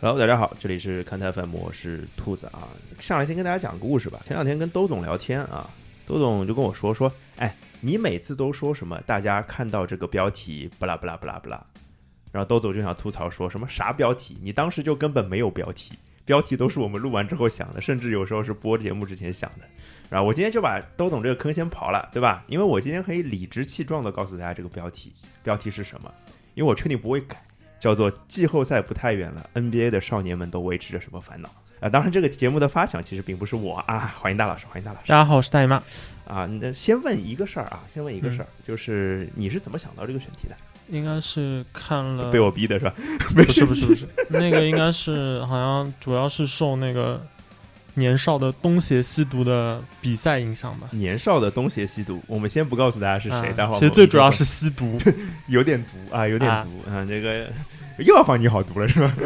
Hello，大家好，这里是看台 FM，我是兔子啊。上来先跟大家讲个故事吧。前两天跟兜总聊天啊，兜总就跟我说说，哎，你每次都说什么？大家看到这个标题，不啦不啦不啦不啦。然后兜总就想吐槽说什么啥标题？你当时就根本没有标题，标题都是我们录完之后想的，甚至有时候是播节目之前想的。然后我今天就把兜总这个坑先刨了，对吧？因为我今天可以理直气壮的告诉大家这个标题，标题是什么，因为我确定不会改。叫做“季后赛不太远了，NBA 的少年们都维持着什么烦恼”啊、当然，这个节目的发想其实并不是我啊，欢迎大老师，欢迎大老师大家好，我是大姨妈。啊。那先问一个事儿嗯啊，先问一个事儿，就是你是怎么想到这个选题的？应该是看了，被我逼的是吧？不是不是不是， 那个应该是好像主要是受那个年少的东邪西毒的比赛影响吧。年少的东邪西毒，我们先不告诉大家是谁，啊待会儿我们其实最主要是吸毒， 有点毒啊，有点啊毒啊这个又要放你好毒了是吧？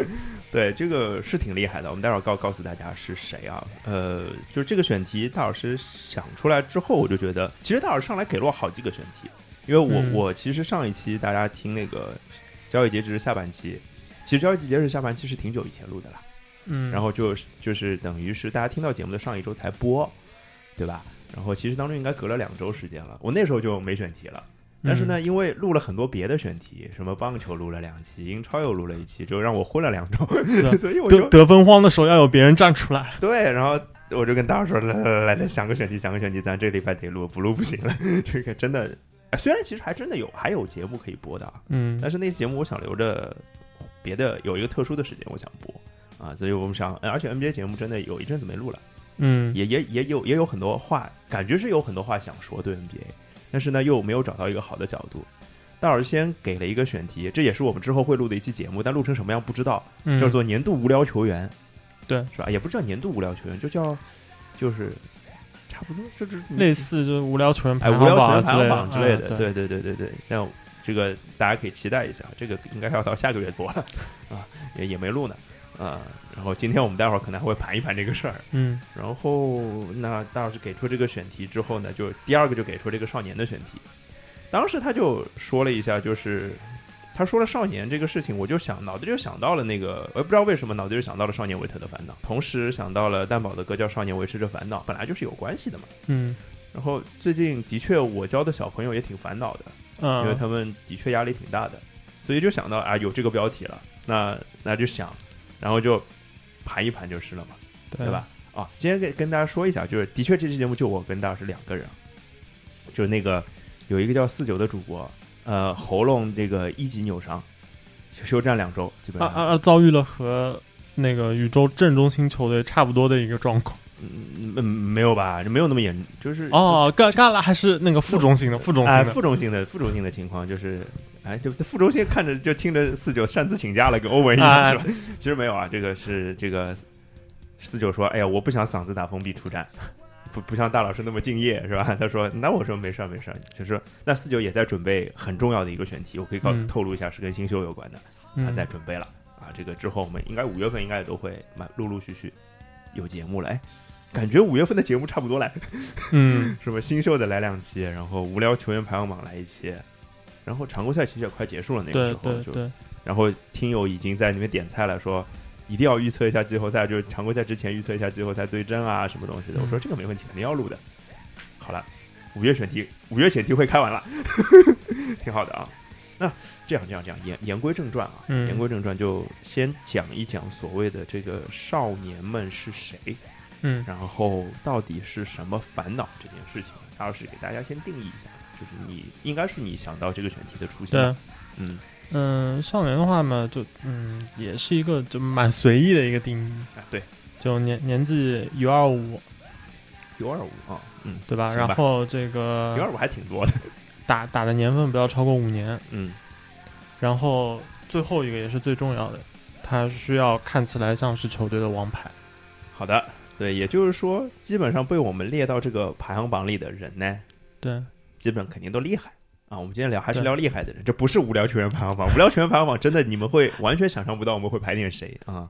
对，这个是挺厉害的。我们待会儿告告诉大家是谁啊？呃，就是这个选题，大老师想出来之后，我就觉得，其实大老师上来给了我好几个选题，因为我、嗯我其实上一期大家听那个交易截止下半期，其实交易截止下半期是挺久以前录的啦，嗯，然后就是就是等于是大家听到节目的上一周才播，对吧？然后其实当中应该隔了两周时间了，我那时候就没选题了。但是呢，因为录了很多别的选题，什么棒球录了两期，英超又录了一期，就让我混了两周，的所以嗯，我得就得分荒的时候要有别人站出来。对，然后我就跟大家说，来来来来，想个选题，想个选题，咱这礼拜得录，不录不行了。 这个真的，哎虽然其实还真的有还有节目可以播的啊，嗯但是那期节目我想留着别的有一个特殊的时间，我想播啊，所以我们想，呃而且 NBA 节目真的有一阵子没录了。嗯也也也有也有很多话，感觉是有很多话想说对 NBA，但是呢又没有找到一个好的角度。大老师先给了一个选题，这也是我们之后会录的一期节目，但录成什么样不知道，嗯，叫做年度无聊球员，对，是吧？也不是叫年度无聊球员，就叫就是差不多，就是类似就是无聊球员哎排无行聊球员榜啊排行榜之之类类的，啊对对对对对。那这个大家可以期待一下，这个应该要到下个月播了啊，也也没录呢啊。然后今天我们待会儿可能还会盘一盘这个事儿，嗯然后，那大老师给出这个选题之后呢，就第二个就给出这个少年的选题。当时他就说了一下，就是他说了少年这个事情，我就想脑子就想到了那个，我也不知道为什么脑子就想到了《少年维特的烦恼》，同时想到了蛋宝的歌叫《少年维持着烦恼》，本来就是有关系的嘛。嗯然后最近的确，我教的小朋友也挺烦恼的，嗯，因为他们的确压力挺大的，所以就想到啊有这个标题了，那那就想，然后就盘一盘就是了嘛。对吧？？啊，今天跟跟大家说一下，就是的确这期节目就我跟大老师两个人，就是那个有一个叫四九的主播，呃，喉咙这个一级扭伤，休休战两周，基本啊上，啊啊！遭遇了和那个宇宙正中心球队差不多的一个状况。嗯嗯，没有吧，就没有那么严，就是， 哦，干干了还是那个副中心的副中哎，心的，副中性的副中性的情况就是，哎，就副中性看着就听着四九擅自请假了，跟欧文一样哎是吧？其实没有啊，这个是这个四九说，哎呀，我不想嗓子打封闭出战， 不不像大老师那么敬业是吧？ 他说，那我说没事儿没事儿，就是那四九也在准备很重要的一个选题，我可以告嗯透露一下是跟新秀有关的，他嗯在准备了啊，这个之后我们应该五月份应该也都会慢陆陆续续有节目了，哎，感觉五月份的节目差不多了。嗯什么新秀的来两期，然后无聊球员排行榜来一期，然后常规赛其实也快结束了，那个对时候对就，对，然后听友已经在里面点菜了，说一定要预测一下季后赛，就是常规赛之前预测一下季后赛对阵啊什么东西的。嗯我说这个没问题，肯定要录的。好了，五月选题，五月选题会开完了， 挺好的啊。那这样这样这样，言言归正传啊，嗯言归正传就先讲一讲所谓的这个少年们是谁。嗯然后到底是什么烦恼这件事情，大老师给大家先定义一下，就是你应该是你想到这个选题的初心对啊吧，，嗯，嗯，少年的话嘛，就嗯也是一个就蛮随意的一个定义，啊对，就年年纪有二五有二五啊，嗯，对吧？行吧然后有这二个五还挺多的，打打的年份不要超过五年，嗯然后最后一个也是最重要的，他需要看起来像是球队的王牌，好的，对，也就是说，基本上被我们列到这个排行榜里的人呢，对，基本肯定都厉害。啊，我们今天聊还是对聊厉害的人，这不是无聊球员排行榜。无聊球员排行榜真的你们会完全想象不到我们会排点谁啊？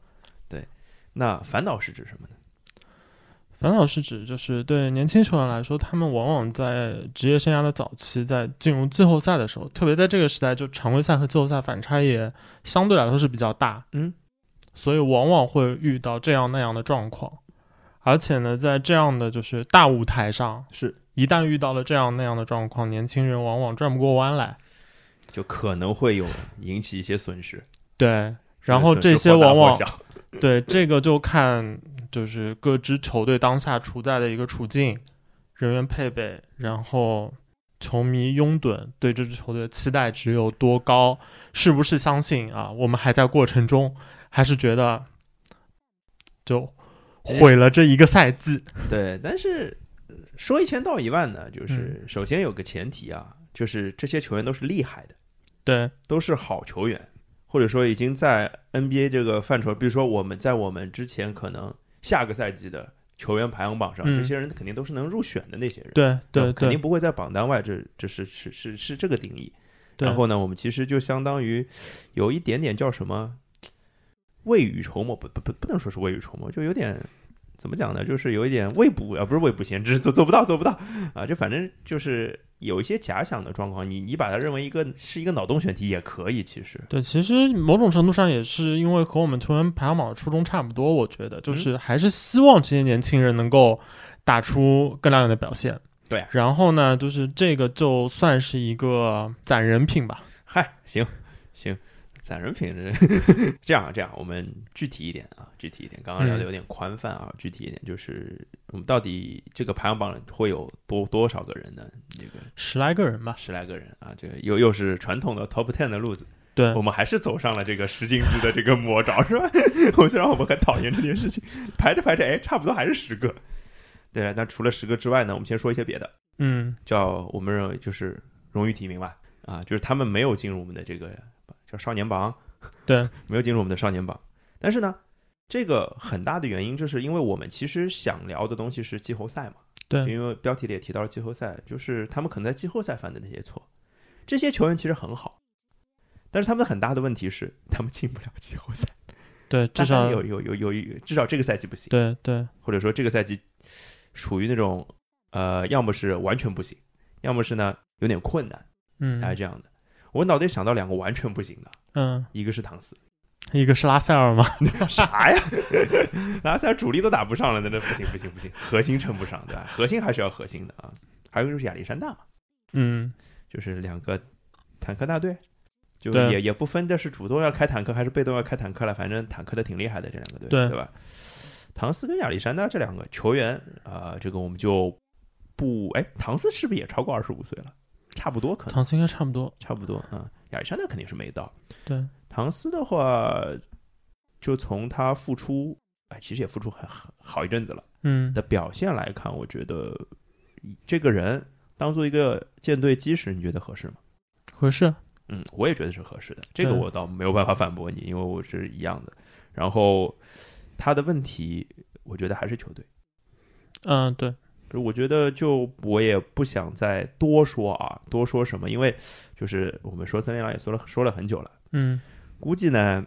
对，那烦恼是指什么呢？烦恼是指就是对年轻球员来说，他们往往在职业生涯的早期，在进入季后赛的时候，特别在这个时代，就常规赛和季后赛反差也相对来说是比较大，嗯，所以往往会遇到这样那样的状况。而且呢，在这样的就是大舞台上，是一旦遇到了这样那样的状况，年轻人往往转不过弯来。就可能会有引起一些损失，对，然后这损失些或大往往或小对，这个就看就是各支球队当下处在的一个处境、人员配备，然后球迷拥趸对这支球队的期待值有多高，是不是相信啊？我们还在过程中，还是觉得就毁了这一个赛季？ 对，但是呃说一千道一万呢，就是嗯首先有个前提啊，就是这些球员都是厉害的，对，都是好球员，或者说已经在 NBA 这个范畴，比如说我们在我们之前可能下个赛季的球员排行榜上，嗯这些人肯定都是能入选的那些人，对，对，肯定对，不会在榜单外，这这是是是是这个定义。对然，后呢，我们其实就相当于有一点点叫什么未雨绸缪，不不不，不能说是未雨绸缪，就有点怎么讲呢？就是有一点未卜啊，不是未卜先知，做做不到，做不到啊！就反正就是有一些假想的状况，你你把它认为一个是一个脑洞选题也可以，其实对，其实某种程度上也是因为和我们球员排行榜的初衷差不多，我觉得嗯就是还是希望这些年轻人能够打出更亮眼的表现。对啊然后呢，就是这个就算是一个攒人品吧。嗨，行行，攒人品 这这样啊这样，我们具体一点啊，具体一点，刚刚聊的有点宽泛啊，具体一点就是我们到底这个排行榜会有多多少个人呢？这个。十来个人吧，十来个人啊，这个又又是传统的 top ten 的路子，对我们还是走上了这个十进制的这个魔爪，是吧？ 我虽然我们很讨厌这件事情，排着排着，哎，差不多还是十个。对啊，那除了十个之外呢，我们先说一些别的，嗯，叫我们认为就是荣誉提名吧，啊，就是他们没有进入我们的这个叫少年榜，对，没有进入我们的少年榜。但是呢，这个很大的原因就是因为我们其实想聊的东西是季后赛嘛，对，因为标题里也提到了季后赛，就是他们可能在季后赛犯的那些错。这些球员其实很好，但是他们很大的问题是他们进不了季后赛，对，至大少概有有有有有至少这个赛季不行，对对或者说这个赛季处于那种呃，要么是完全不行，要么是呢有点困难，嗯大概这样的。我脑袋想到两个完全不行的，嗯，一个是唐斯，一个是拉塞尔嘛， 啥呀？拉塞尔主力都打不上了，那那不行不行不行，核心撑不上，对吧？核心还是要核心的啊。还有一个就是亚历山大嘛。嗯，就是两个坦克大队，就对也也不分这是主动要开坦克还是被动要开坦克了，反正坦克的挺厉害的这两个队，对吧？唐斯跟亚历山大这两个球员啊、呃这个我们就不哎，唐斯是不是也超过二十五岁了？差不多可能，唐斯应该差不多，差不多啊、嗯亚历山大肯定是没到，对，唐斯的话，就从他复出，哎，其实也复出很很好一阵子了。嗯的表现来看，我觉得这个人当做一个舰队基石，你觉得合适吗？合适，嗯，我也觉得是合适的，这个对我倒没有办法反驳你，因为我是一样的。然后他的问题，我觉得还是球队。嗯对，就是我觉得就我也不想再多说啊，多说什么，因为就是我们说森林狼也说了说了很久了，嗯估计呢。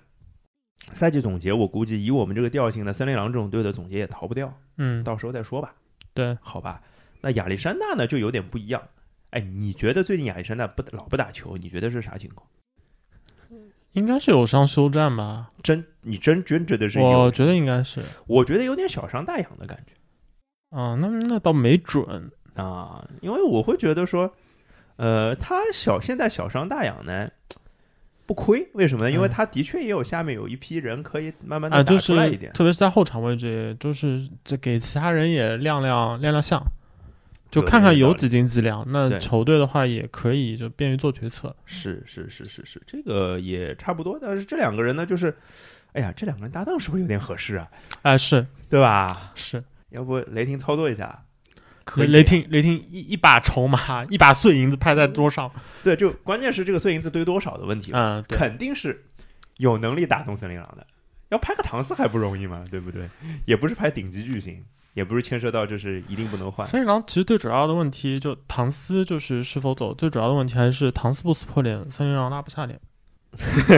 赛季总结，我估计以我们这个调性呢，森林狼这种队的总结也逃不掉，嗯到时候再说吧。对，好吧，那亚历山大呢就有点不一样。哎，你觉得最近亚历山大不老不打球，你觉得是啥情况？应该是有伤休战吧，真，你真真觉得是有？我觉得应该是，我觉得有点小伤大养的感觉啊，那那倒没准，啊，因为我会觉得说，呃，他小现在小伤大养呢不亏，为什么呢？因为嗯他的确也有下面有一批人可以慢慢啊，的打就出来是一点，特别是在后场位置，就是这给其他人也亮亮亮亮相，就有看看有道有理几斤几两。对那球队的话也可以就便于做决策。是是是是是，这个也差不多。但是这两个人呢，就是，哎呀，这两个人搭档是不是有点合适啊？哎，是对吧？是，要不雷霆操作一下，可雷以雷霆雷霆一一把筹码，一把碎银子拍在桌上，对，就关键是这个碎银子堆多少的问题，嗯，对，肯定是有能力打动森林狼的。要拍个唐斯还不容易吗？对不对？也不是拍顶级巨星，也不是牵涉到就是一定不能换。森林狼其实最主要的问题就唐斯就是是否走，最主要的问题还是唐斯不撕破脸，森林狼拉不下脸，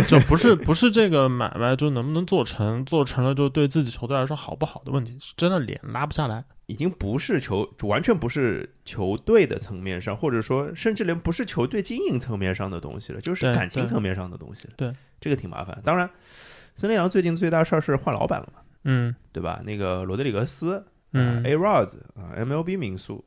就不是不是这个买卖就能不能做成，做成了就对自己球队来说好不好的问题，是真的脸拉不下来。已经不是球，完全不是球队的层面上，或者说甚至连不是球队经营层面上的东西了，就是对感情对层面上的东西了。对这个挺麻烦。当然，森林狼最近最大事儿是换老板了嘛，嗯对吧？那个罗德里格斯，嗯，A Rod 啊，MLB 名宿，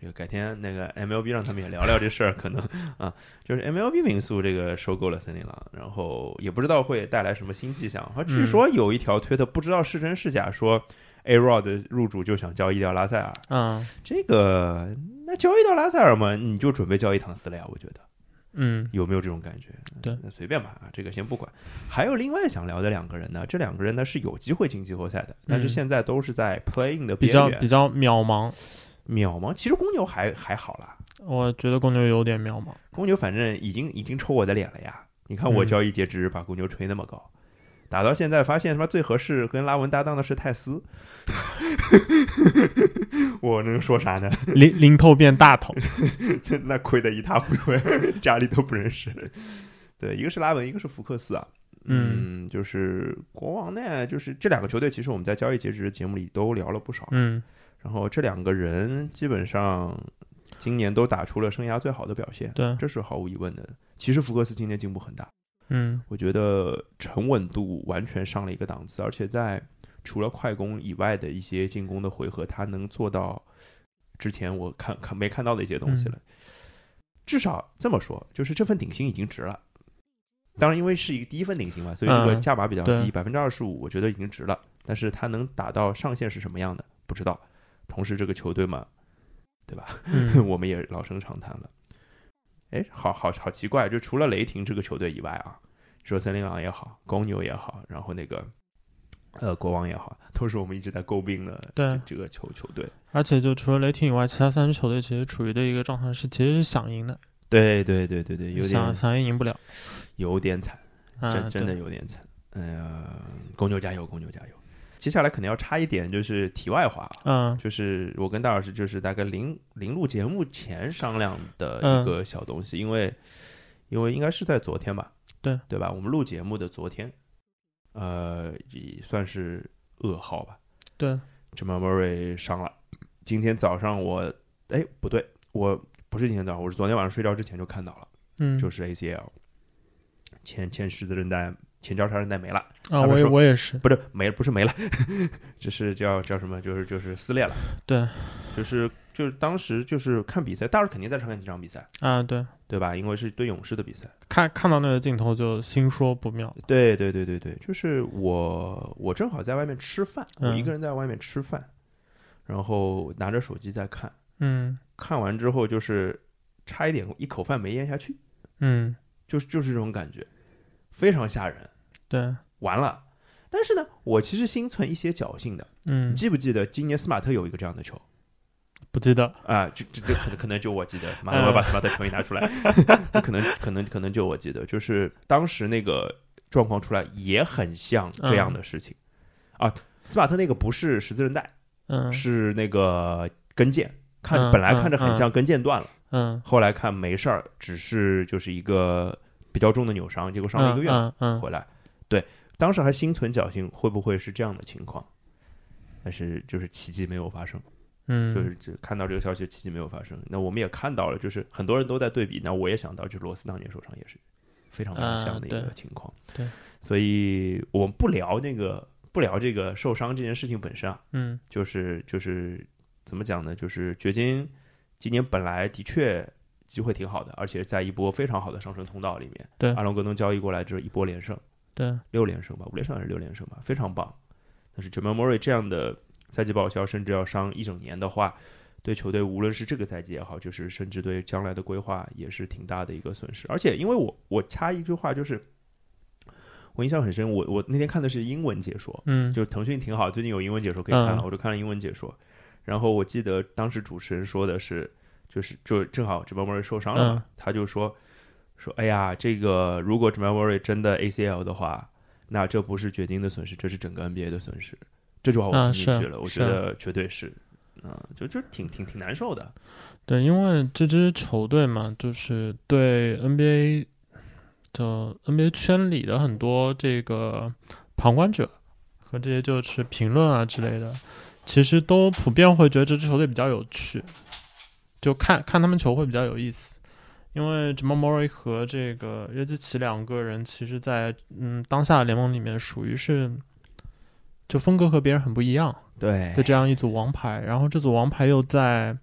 这个改天那个 MLB 让他们也聊聊这事儿，可能啊，就是 MLB 名宿这个收购了森林狼，然后也不知道会带来什么新迹象。啊，嗯据说有一条推特不知道是真是假，说 A Rod 入主就想交易掉拉塞尔，嗯这个那交易掉拉塞尔嘛，你就准备交易唐斯了啊呀，我觉得。嗯有没有这种感觉？对那随便吧，啊，这个先不管。还有另外想聊的两个人呢，这两个人呢是有机会进季后赛的，但是现在都是在 playing 的嗯比边较缘，比较渺茫，渺茫。其实公牛还还好啦，我觉得公牛有 点渺茫。公牛反正已经已经抽我的脸了呀。你看我嗯交易截止日把公牛吹那么高，打到现在发现他妈最合适跟拉文搭档的是泰斯， 我能说啥呢？ 零零头变大头，那亏得一塌糊涂， 家里都不认识。对，一个是拉文，一个是福克斯啊。嗯嗯，就是国王呢，就是这两个球队，其实我们在交易截止日节目里都聊了不少。嗯然后这两个人基本上今年都打出了生涯最好的表现，对，这是毫无疑问的。其实福克斯今年进步很大，嗯我觉得沉稳度完全上了一个档次，而且在除了快攻以外的一些进攻的回合，他能做到之前我看看没看到的一些东西了。嗯至少这么说，就是这份顶薪已经值了。当然，因为是一个第一份顶薪嘛，所以这个嗯价码比较对低，百分之二十五，我觉得已经值了。但是他能打到上限是什么样的，不知道。同时，这个球队嘛，嗯 我们也老生常谈了。哎，好好好奇怪，就除了雷霆这个球队以外啊，说森林狼也好，公牛也好，然后那个呃国王也好，都是我们一直在诟病的对这这个球球队。而且就除了雷霆以外，其他三支球队其实处于的一个状态是，其实是想赢的，对对对对对，有想点想赢赢不了，有点惨，啊、真真的对有点惨。嗯、公牛加油，公牛加油！接下来可能要插一点就是题外话啊，嗯就是我跟大老师就是大概临临录节目前商量的嗯一个小东西，因为因为应该是在昨天吧，对对吧？我们录节目的昨天，呃，也算是噩耗吧。对，这么 Murray 伤了，今天早上我哎不对，我不是今天早上，我是昨天晚上睡觉之前就看到了，嗯就是 ACL 前前十字韧带前交叉韧带没了。啊，他们我也说我也是，不是没了，不是没了，这是叫叫什么？就是就是撕裂了。对，就是就是当时就是看比赛，当时肯定在看这场比赛，啊，对，对吧？因为是对勇士的比赛。看看到那个镜头就心说不妙，对对对对对，就是我我正好在外面吃饭，我一个人在外面吃饭，然后拿着手机在看，嗯看完之后就是差一点一口饭没咽下去，嗯，就是就是这种感觉，非常吓人。对，完了，但是呢，我其实心存一些侥幸的。你嗯，记不记得今年斯马特有一个这样的球？不记得，啊，就就就可能可能就我记得，马嗯上我要把 smart 球衣拿出来， 可能可能可能就我记得，就是当时那个状况出来也很像嗯这样的事情、啊。斯马特那个不是十字韧带，嗯是那个跟腱，看、嗯本来看着很像跟腱断了，嗯，后来看没事儿，只是就是一个比较重的扭伤，结果上了一个月、嗯嗯嗯回来。对，当时还心存侥幸，会不会是这样的情况？但是就是奇迹没有发生。嗯，就是只看到这个消息，奇迹没有发生。那我们也看到了，就是很多人都在对比。那我也想到，就是罗斯当年受伤也是非常非常像的一啊个对情况。对所以我们不聊那个，不聊这个受伤这件事情本身啊，嗯就是就是怎么讲呢？就是掘金今年本来的确机会挺好的，而且在一波非常好的上升通道里面，对阿隆戈登交易过来之后一波连胜，对，六连胜吧，五连胜还是六连胜吧，非常棒。但是 Jamal Murray 这样的赛季报销，甚至要伤一整年的话，对球队无论是这个赛季也好，就是甚至对将来的规划也是挺大的一个损失。而且，因为我我插一句话，就是我印象很深，我我那天看的是英文解说，嗯就是腾讯挺好，最近有英文解说可以看了，嗯我就看了英文解说。然后我记得当时主持人说的是，就是就正好 Jamal Murray 受伤嗯了嘛，他就说说，哎呀，这个如果 Jamal Murray 真的 ACL 的话，那这不是掘金的损失，这是整个 NBA 的损失。这句话我嗯听进去是了，我是觉得绝对是，嗯、就就挺挺挺难受的。对，因为这支球队嘛，就是对 NBA 的 NBA 圈里的很多这个旁观者和这些就是评论啊之类的，其实都普遍会觉得这支球队比较有趣，就看看他们球会比较有意思。因为 Jamal Murray 和这个约基奇两个人，其实在，嗯当下联盟里面属于是，就风格和别人很不一样对的这样一组王牌。然后这组王牌又在，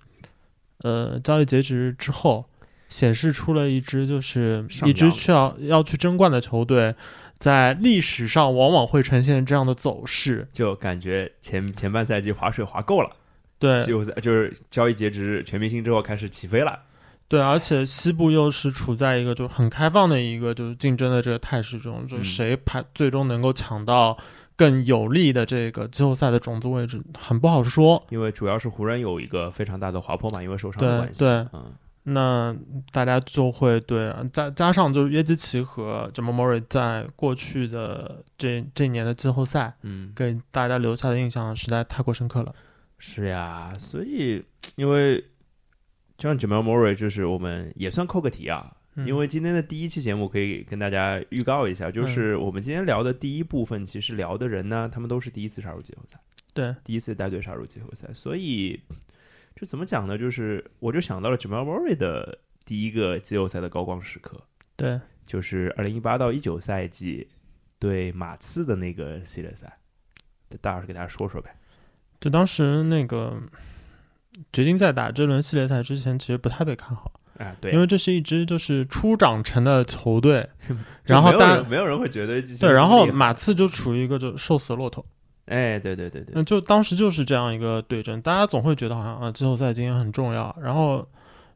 呃交易截止日之后，显示出了一支就是上一支扬需要要去争冠的球队，在历史上往往会呈现这样的走势。就感觉前前半赛季划水划够了，对，季后赛就是交易截止日全明星之后开始起飞了。对，而且西部又是处在一个就很开放的一个就是竞争的这个态势中，嗯就是谁排最终能够抢到更有利的这个季后赛的种子位置，很不好说。因为主要是湖人有一个非常大的滑坡嘛，因为受伤的对关系。对，嗯，那大家就会对加加上就是约基奇和詹姆莫瑞在过去的这这一年的季后赛嗯，给大家留下的印象实在太过深刻了。是呀，所以因为就像 Jamal Murray，就是我们也算扣个题啊，嗯因为今天的第一期节目可以跟大家预告一下，就是我们今天聊的第一部分，其实聊的人呢，他们都是第一次杀入季后赛，对第一次带队杀入季后赛，所以这怎么讲呢？就是我就想到了 Jamal Murray 的第一个季后赛的高光时刻，对就是二零一八到一九赛季对马刺的那个系列赛，大老师给大家说说呗。就当时那个掘金在打这轮系列赛之前，其实不太被看好。啊，对，，因为这是一支就是初长成的球队就然后没有大人没有人会觉得季前对，然这么后厉害马刺就处于一个就瘦死的骆驼，哎，对对对对嗯，，就当时就是这样一个对阵，大家总会觉得好像啊季后赛经验很重要，然后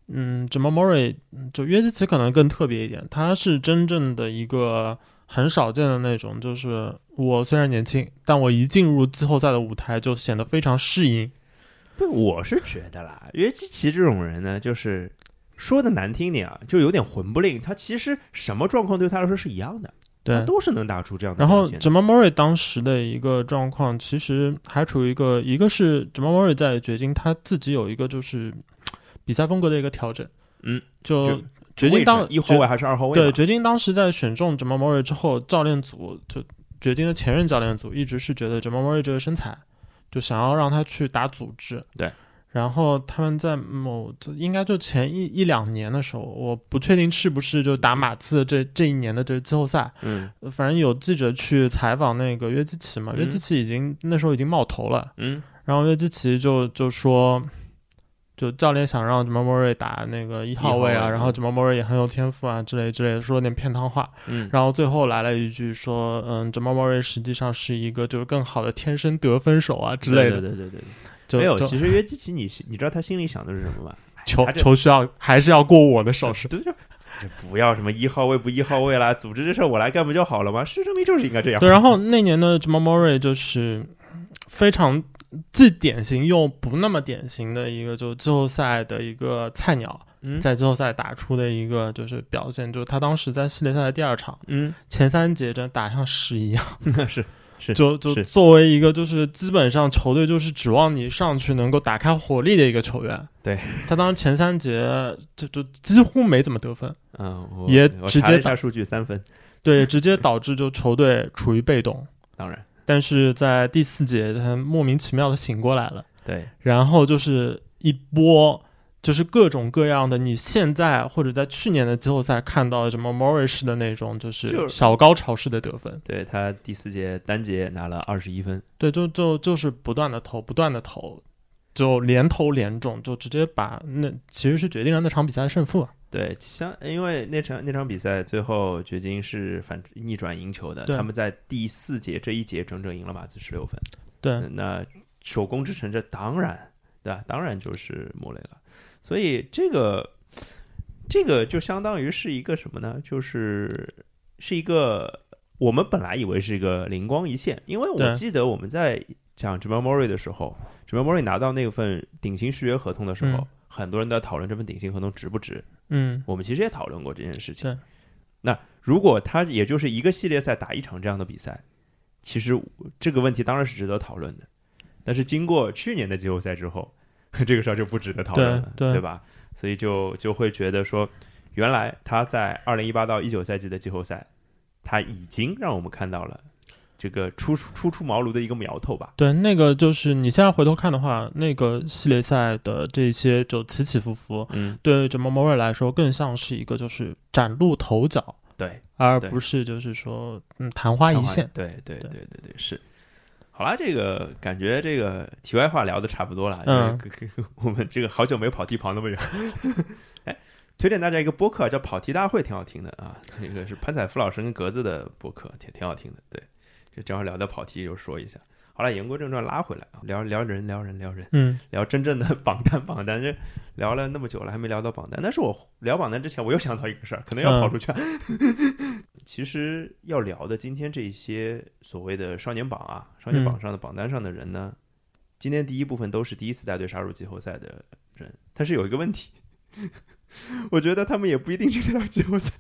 嗯，怎么 Murray 嗯就约基奇可能更特别一点，他是真正的一个很少见的那种，就是我虽然年轻，但我一进入季后赛的舞台就显得非常适应，不，我是觉得啦，约基奇这种人呢，就是说的难听点啊，就有点混不吝，他其实什么状况对他来说是一样的，对，他都是能打出这样的然表后现的。 j a m a Murray 当时的一个状况，其实还处于一个，一个是 j a m a Murray 在掘金他自己有一个就是比赛风格的一个调整，嗯，就就掘位金置当一号掘位还是二号位嘛？对掘金当时在选中 j a m a Murray 之后，教练组就掘金的前任教练组一直是觉得 j a m a Murray 这个身材，就想要让他去打组织，对。然后他们在某应该就前一一两年的时候，我不确定是不是就打马刺的这这一年的这季后赛，嗯呃反正有记者去采访那个约基奇嘛，嗯约基奇已经那时候已经冒头了，嗯然后约基奇就就说，就教练想让 Jamal Murray 打那个一号位一号啊，位然后 Jamal Murray 也很有天赋啊之类之类的，说了点片汤话，嗯，然后最后来了一句说，嗯，Jamal Murray 实际上是一个就是更好的天生得分手啊之类的，对对对对对就没有。就其实约基奇，你你知道他心里想的是什么吗？哎球他这球需要还是要过我的手是对，就就不要什么一号位不一号位啦，组织这事儿我来干不就好了吗？事实证明就是应该这样。对，然后那年的 Jamal Murray 就是非常既典型又不那么典型的一个，就季后赛的一个菜鸟，嗯在季后赛打出的一个就是表现，就是他当时在系列赛的第二场嗯， 前三节真的打像屎一样，那是就就是作为一个就是基本上球队就是指望你上去能够打开火力的一个球员，对他当时前三节就就几乎没怎么得分，嗯，我也我直查了接一下数据三分，对，直接导致就球队处于被动。当然但是在第四节，他莫名其妙的醒过来了，对，然后就是一波，就是各种各样的，你现在或者在去年的季后赛看到的什么 Murray 式的那种，就就是是小高潮式的得分，对他第四节单节拿了二十一分，对，就就就是不断的投，不断的投，就连投连中，就直接把那其实是决定了那场比赛的胜负啊。对，像因为那场那场比赛最后掘金是反逆转赢球的，对他们在第四节这一节整整赢了马刺十六分，对，那手工之城这当然对吧？当然就是莫雷了，所以这个这个就相当于是一个什么呢？就是是一个我们本来以为是一个灵光一现，因为我对记得我们在讲 Jamal Murray 的时候，Jamal Murray 拿到那份顶薪续约合同的时候，嗯很多人都在讨论这份顶薪合同值不值。嗯，我们其实也讨论过这件事情对。那如果他也就是一个系列赛打一场这样的比赛，其实这个问题当然是值得讨论的。但是经过去年的季后赛之后， 这个事儿就不值得讨论了，对对吧？所以就就会觉得说，原来他在二零一八到一九赛季的季后赛，他已经让我们看到了。这个初出初出茅庐的一个苗头吧。对，那个就是你现在回头看的话，那个系列赛的这些就起起伏伏，嗯，对整个 m o r 来说更像是一个就是崭露头角，对，而对不是就是说嗯昙花一现。对对对对对对是。好啦，这个感觉这个题外话聊的差不多了，嗯就是跟，跟 我们这个好久没有跑题跑那么远。 哎，推荐大家一个播客叫《跑题大会》，挺好听的啊，这个是潘采夫老师跟格子的播客，挺挺好听的。对，就正好聊到跑题，就说一下。好了，言归正传，拉回来啊，聊聊人，聊人，聊人。嗯，聊真正的 榜单，榜单这聊了那么久了，还没聊到榜单。但是我聊榜单之前，我又想到一个事儿，可能要嗯跑出去啊。 其实要聊的今天这一些所谓的少年榜啊，少嗯年榜上的榜单上的人呢，今天第一部分都是第一次带队杀入季后赛的人，但是有一个问题， 我觉得他们也不一定进得了季后赛，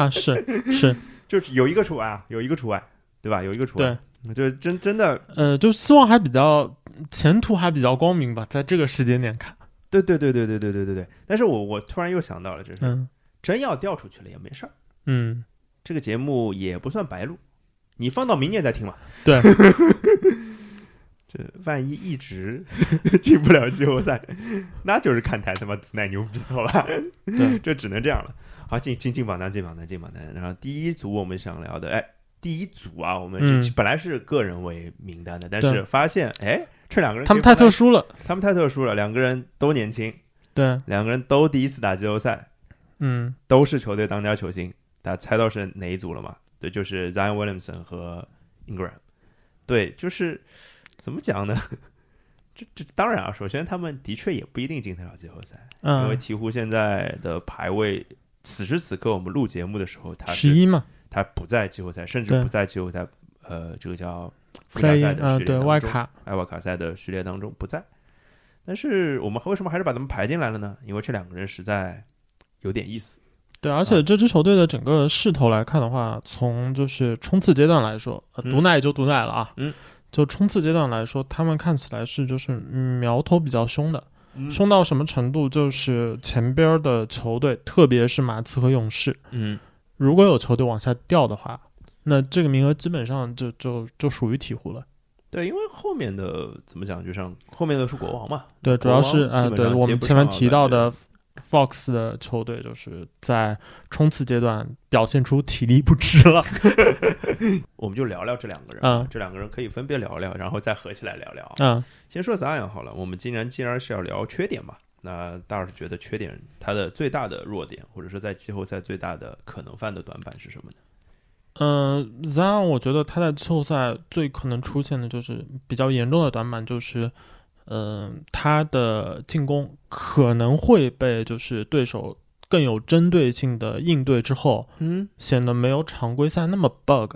啊是是，就是有一个除外啊，有一个除外，对吧？有一个除外嗯对，，就是真真的呃，就希望还比较前途还比较光明吧，在这个时间点看，对对对对对对对对对。但是我我突然又想到了，就是嗯真要掉出去了也没事儿。嗯，这个节目也不算白录，你放到明年再听嘛。对， 这万一一直 进不了季后赛，那就是看台他妈毒奶牛逼，好吧？对， 这只能这样了。好，进进进榜单，进榜单，进榜单。然后第一组我们想聊的，哎，第一组啊，我们嗯是本来是个人为名单的，但对是发现，哎，这两个人他们太特，殊了，他们太特殊了，两个人都年轻，对，两个人都第一次打季后赛，嗯都是球队当家球星。大家猜到是哪一组了吗？对，就是 Zion Williamson 和 Ingram。对，就是怎么讲呢？ 这这当然啊，首先他们的确也不一定进得了季后赛，因为嗯，鹈鹕现在的排位，此时此刻我们录节目的时候，他十是一嘛他不在季后赛，甚至对不在季后赛，呃，这个叫附加赛，play 的啊序列对当外中卡，艾瓦卡赛的序列当中不在。但是我们为什么还是把他们排进来了呢？因为这两个人实在有点意思。对，而啊且这支球队的整个势头来看的话，从就是冲刺阶段来说，呃、嗯毒奶也就毒奶了啊。嗯，就冲刺阶段来说，他们看起来是就是嗯苗头比较凶的，嗯凶到什么程度？就是前边的球队，特别是马刺和勇士，嗯，如果有球队往下掉的话，那这个名额基本上就就就属于鹈鹕了。对，因为后面的怎么讲，就像后面的是国王嘛，对，主要国是王啊、基本上对我接们不前面上提了到的 Fox 的球队，就是在冲刺阶段表现出体力不支 了。我们就聊聊这两个人，嗯这两个人可以分别聊聊，然后再合起来聊聊啊。嗯先说 Zion 好了，我们既然既然是要聊缺点嘛，那大老师觉得缺点他的最大的弱点，或者说在季后赛最大的可能犯的短板是什么呢？嗯，Zion，我觉得他在季后赛最可能出现的就是比较严重的短板，就是，嗯、他的进攻可能会被就是对手更有针对性的应对之后，嗯显得没有常规赛那么 bug，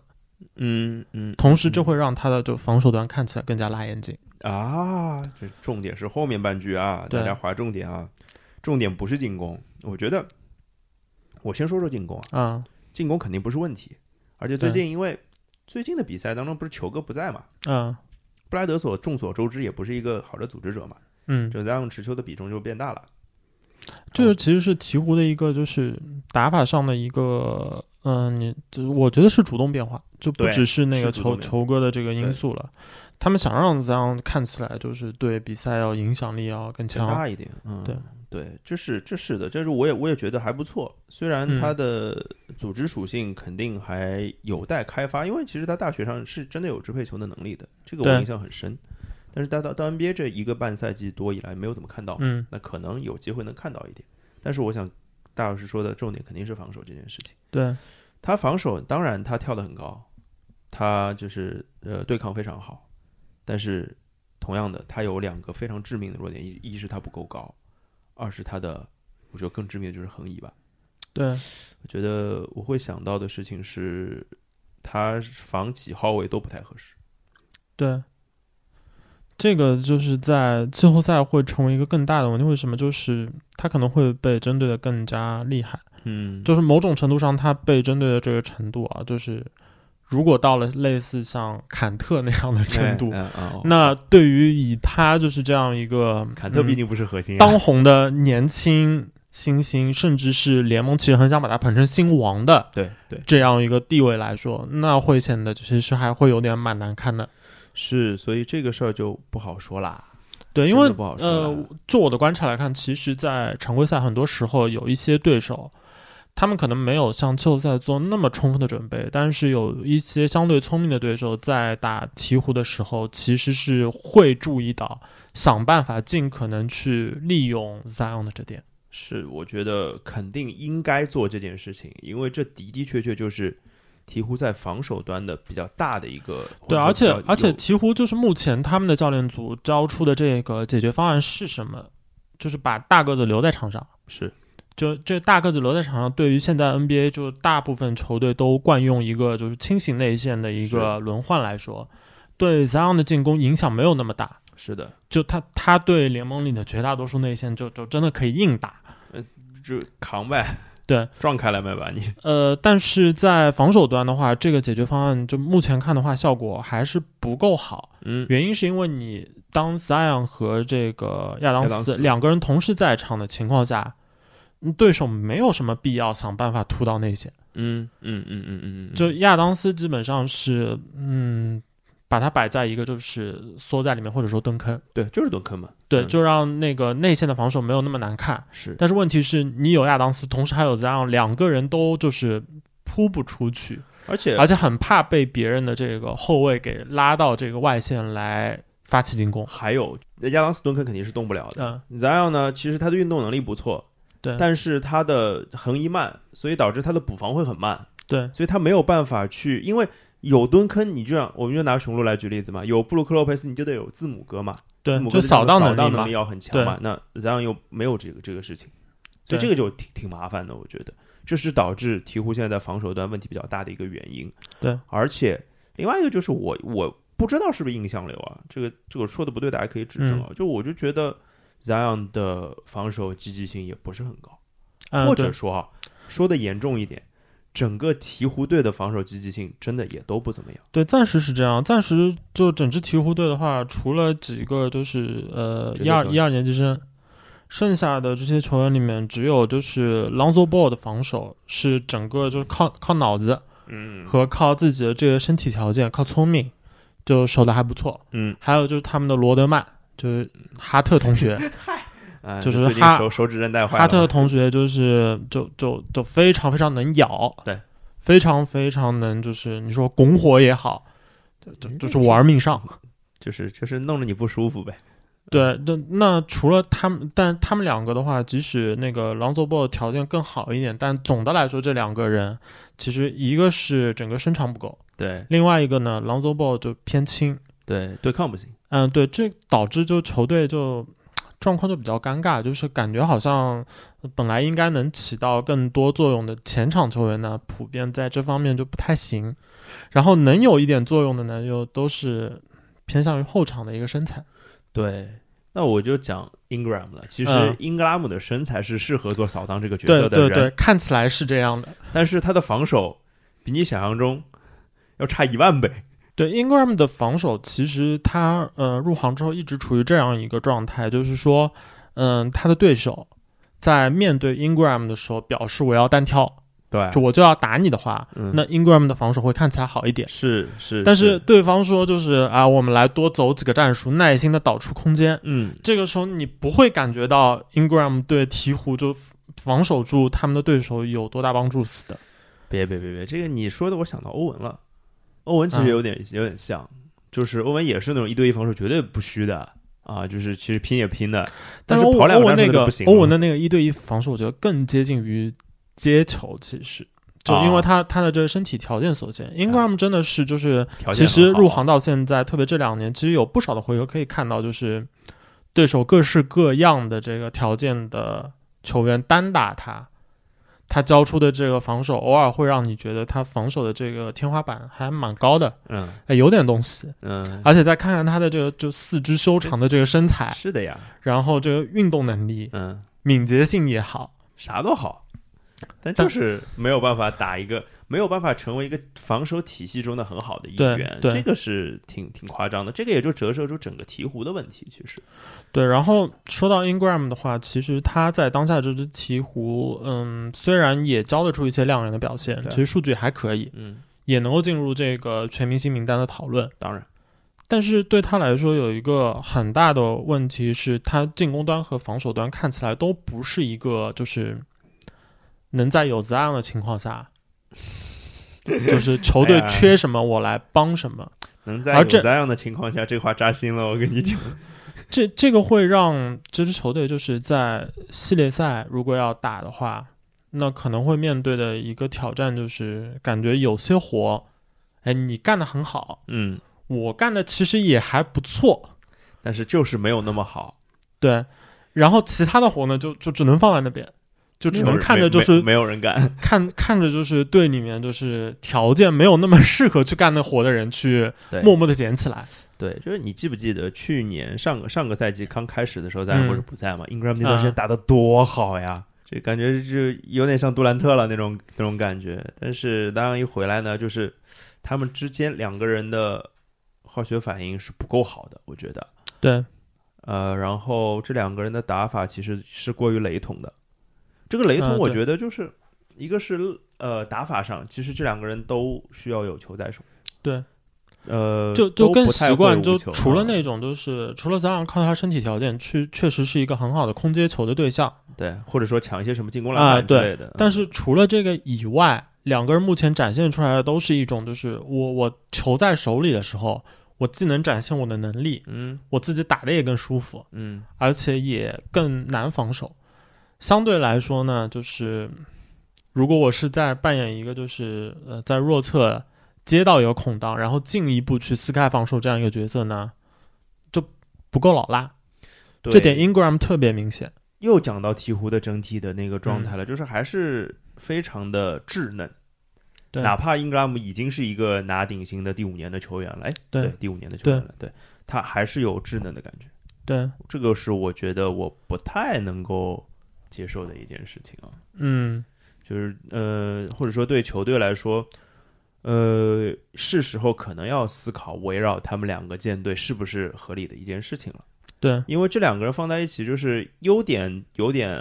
嗯嗯同时这会让他的就防守端看起来更加辣眼睛。啊，这重点是后面半句啊，对大家划重点啊，重点不是进攻，我觉得我先说说进攻啊，啊、进攻肯定不是问题。而且最对近因为最近的比赛当中，不是球哥不在嘛，嗯布莱德所众所周知也不是一个好的组织者嘛，嗯，就 Zion 持球的比重就变大了。这个其实是鹈鹕的一个就是打法上的一个，嗯、你就我觉得是主动变化，就不对只是那个是主动球变化球哥的这个因素了。他们想让 Zion 看起来就是对比赛要影响力要更强强，大一点，嗯，对对，这是这是的，这是我也我也觉得还不错。虽然嗯他的组织属性肯定还有待开发，因为其实他大学上是真的有支配球的能力的，这个我对印象很深。但是他到到 NBA 这一个半赛季多以来没有怎么看到，嗯，那可能有机会能看到一点。但是我想大老师说的重点肯定是防守这件事情。对，他防守当然他跳得很高，他就是呃对抗非常好，但是同样的，他有两个非常致命的弱点，一一是他不够高，二是他的我觉得更致命的就是横移吧。对，我觉得我会想到的事情是，他防几号位都不太合适。对，这个就是在季后赛会成为一个更大的问题。为什么？就是他可能会被针对的更加厉害。嗯就是某种程度上，他被针对的这个程度啊，就是如果到了类似像坎特那样的程度，嗯嗯哦那对于以他就是这样一个坎特毕嗯竟不是核心啊、当红的年轻新星，甚至是联盟其实很想把他捧成新王的对对这样一个地位来说，那会显得其实还会有点蛮难看的。是，所以这个事儿就不好说啦。对，因真为的不好说呃了，就我的观察来看，其实，在常规赛很多时候有一些对手，他们可能没有像季后赛做那么充分的准备，但是有一些相对聪明的对手在打鹈鹕的时候，其实是会注意到，想办法尽可能去利用 Zion 的这点。是，我觉得肯定应该做这件事情，因为这的的确确就是鹈鹕在防守端的比较大的一个。对，而或者且说比较而且有鹈鹕就是目前他们的教练组招出的这个解决方案是什么？就是把大个子留在场上。是就这大个子留在场上，对于现在 NBA 就是大部分球队都惯用一个就是轻型内线的一个轮换来说，对 Zion 的进攻影响没有那么大。是的，就他他对联盟里的绝大多数内线就就真的可以硬打。就扛呗， 对，撞开来卖吧 你。呃，但是在防守端的话，这个解决方案就目前看的话，效果还是不够好。嗯，原因是因为你当 Zion 和这个亚当亚当斯斯两个人同时在场的情况下，嗯对手没有什么必要想办法突到内线。嗯嗯嗯嗯嗯嗯，就亚当斯基本上是，嗯，把他摆在一个就是缩在里面，或者说蹲坑，对，就是蹲坑嘛。对，嗯就让那个内线的防守没有那么难看。是但是问题是你有亚当斯，同时还有 Zion，两个人都就是扑不出去，而且而且很怕被别人的这个后卫给拉到这个外线来发起进攻。还有亚当斯蹲坑肯定是动不了的。嗯， Zion 呢，其实他的运动能力不错，对，但是他的横移慢，所以导致他的补防会很慢，对，所以他没有办法去，因为有蹲坑，你就让我们就拿雄鹿来举例子嘛，有布鲁克洛佩斯，你就得有字母哥嘛，字对，母哥的这就个扫荡能力能嘛力。要很强嘛，那 Zion 又没有这个这个事情，所对以这个就挺挺麻烦的，我觉得这是导致鹈鹕现在在防守端问题比较大的一个原因。对，而且另外一个就是我我不知道是不是印象流啊，这个这个说的不对，大家可以指嗯正啊。就我就觉得 Zion 的防守积极性也不是很高，嗯，或对者说啊，说的严重一点，整个鹈鹕队的防守积极性真的也都不怎么样。对，暂时是这样。暂时就整支鹈鹕队的话，除了几个就是呃职一业二球员一二年级生，剩下的这些球员里面，只有就是 Lonzo Ball 的防守是整个就是靠靠脑子嗯和靠自己的这个身体条件，靠聪明，就守的还不错。嗯，还有就是他们的罗德曼，就是哈特同学，哎就是最近哈手手指韧 带坏了，哈特同学就是就就就非常非常能咬，对，非常非常能就是你说拱火也好，就就就是玩命上。就是就是弄得你不舒服呗。对，那那除了他们，但他们两个的话，即使那个朗佐鲍条件更好一点，但总的来说，这两个人其实一个是整个身长不够，对另外一个呢，朗佐鲍就偏轻。对，对抗不行。嗯，对，这导致就球队就状况就比较尴尬，就是感觉好像本来应该能起到更多作用的前场球员呢，普遍在这方面就不太行，然后能有一点作用的呢，又都是偏向于后场的一个身材。对，那我就讲 Ingram 了。其实嗯英格拉姆的身材是适合做扫荡这个角对色的对人，对，看起来是这样的。但是他的防守比你想象中要差一万倍。对 Ingram 的防守，其实他呃入行之后一直处于这样一个状态，就是说，嗯、他的对手在面对 Ingram 的时候表示我要单挑，对就我就要打你的话，哎嗯，那 Ingram 的防守会看起来好一点。是是，但是对方说就是啊，我们来多走几个战术，耐心的导出空间。嗯，这个时候你不会感觉到 Ingram 对鹈鹕就防守住他们的对手有多大帮助似的。别别别别，这个你说的我想到欧文了。欧文其嗯实有点、有点像，就是欧文也是那种一对一防守绝对不虚的啊，就是其实拼也拼的，但是欧跑两欧站文那真的个不行了。欧文的那个一对一防守，我觉得更接近于接球，其实就因啊为他、他的这个身体条件所限，Ingram 真的是就是条其件实很好啊入行到现在，特别这两年，其实有不少的回合可以看到，就是对手各式各样的这个条件的球员单打他。他交出的这个防守，偶尔会让你觉得他防守的这个天花板还蛮高的，嗯哎，有点东西。嗯，而且再看看他的这个就四肢修长的这个身材，是的呀，然后这个运动能力，嗯，敏捷性也好，啥都好，但但就是没有办法打一个没有办法成为一个防守体系中的很好的一对员，对这个是挺挺夸张的。这个也就折射出整个鹈鹕的问题，其实对，然后说到 Ingram 的话，其实他在当下这支鹈鹕，嗯，虽然也交得出一些亮人的表现，对其实数据还可以，嗯，也能够进入这个全明星名单的讨论。当然但是对他来说，有一个很大的问题是，他进攻端和防守端看起来都不是一个，就是能在有 Zion 的情况 下，就是球队哎呀缺什么我来帮什么。能在而有这这样的情况下，这话扎心了。我跟你讲，这这个会让这支球队就是在系列赛如果要打的话，那可能会面对的一个挑战就是，感觉有些活，哎，你干得很好，嗯，我干的其实也还不错，但是就是没有那么好，对，然后其他的活呢，就就只能放在那边，就只没有能人看着没就没是没有人 敢，看看着就是队里面就是条件没有那么适合去干那活的人去对默默的捡起来，对，就是你记不记得去年上个上个赛季刚开始的时候，咱俩嗯不是不在嘛、i n g r a m 那段时间啊打的多好呀，这感觉就有点像杜兰特了那种那种感觉。但是当然一回来呢，就是他们之间两个人的化学反应是不够好的，我觉得。对呃，然后这两个人的打法其实是过于雷同的。这个雷啊同，对我觉得就是、一个是呃打法上，其实这两个人都需要有球在手。对，呃，就都就更不太习惯，会无就球除了嗯那种就是除了咱俩靠他身体条件去，确实是一个很好的空接球的对象，对，或者说抢一些什么进攻篮啊板之对类的。但嗯是除了这个以外，两个人目前展现出来的都是一种就是我我球在手里的时候，我既能展现我的能力，嗯我自己打的也更舒服，嗯，而且也更难防守。相对来说呢，就是如果我是在扮演一个就是呃在弱侧接到一个空档，然后进一步去撕开防守这样一个角色呢，就不够老辣。对这点 Ingram 特别明显。又讲到鹈鹕的整体的那个嗯状态了，就是还是非常的稚嫩。对哪怕英格拉姆已经是一个拿顶薪的第五年的球员了，哎，对第五年的球员了，对他还是有稚嫩的感觉。对，这个是我觉得我不太能够接受的一件事情啊，嗯，就是呃，或者说对球队来说，呃，是时候可能要思考围绕他们两个舰队是不是合理的一件事情了，对因为这两个人放在一起，就是优点有点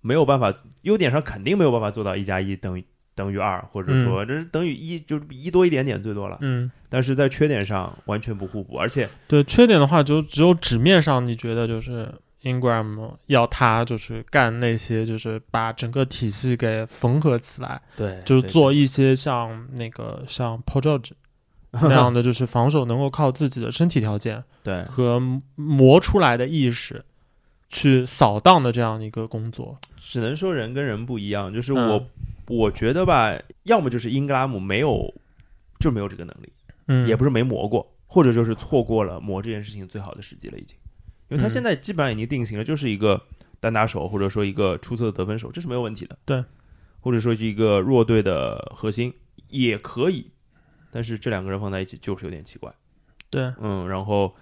没有办法，优点上肯定没有办法做到一加一等于等于二，或者说这是等于一，就是比一多一点点最多了，嗯。但是在缺点上完全不互补，而且对缺点的话，就只有纸面上你觉得就是 Ingram 要他就是干那些就是把整个体系给缝合起来，对就是做一些像那个像 p o George 那样的，就是防守能够靠自己的身体条件对和磨出来的意识去扫荡的这样一个工作。只能说人跟人不一样，就是嗯我、我觉得吧，要么就是英格拉姆没有，就没有这个能力，嗯，也不是没磨过，或者就是错过了磨这件事情最好的时机了，已经，因为他嗯现在基本上已经定型了，就是一个单打手或者说一个出色的得分手，这是没有问题的，对，或者说是一个弱队的核心也可以，但是这两个人放在一起就是有点奇怪。对，嗯，然后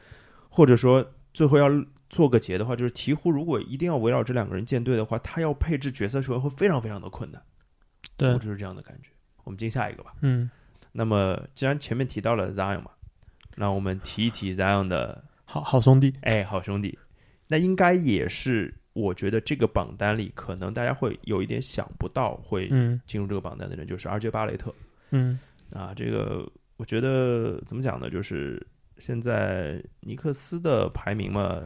或者说最后要做个结的话，就是鹈鹕如果一定要围绕这两个人建队的话，他要配置角色球员会非常非常的困难，对我，就是这样的感觉。我们进下一个吧。嗯，那么既然前面提到了 Zion 嘛，那我们提一提 Zion 的好好兄弟，哎好兄弟，那应该也是我觉得这个榜单里可能大家会有一点想不到会嗯进入这个榜单的人，就是 RJ 巴雷特。嗯啊，这个我觉得怎么讲呢？就是现在尼克斯的排名嘛，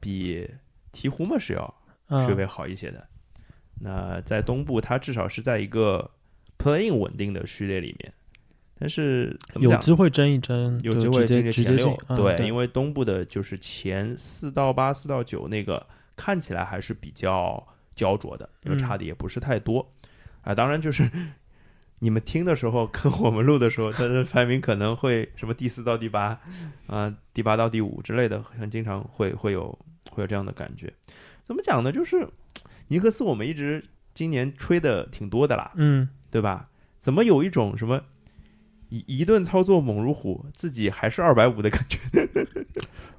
比鹈鹕嘛是要啊稍微好一些的。那在东部，它至少是在一个 playing 稳定的序列里面，但是怎么有讲？机会争一争，有嗯就机会直进接这直前接六进，，嗯对，对，因为东部的就是前四到八、四到九那个看起来还是比较焦灼的，因为嗯差的也不是太多啊。当然，就是你们听的时候跟我们录的时候，它的排名可能会什么第四到第八，啊，第八到第五之类的，好像经常会会有会有这样的感觉。怎么讲呢？就是尼克斯，我们一直今年吹的挺多的啦，嗯。对吧？怎么有一种什么一一顿操作猛如虎，自己还是二百五的感觉？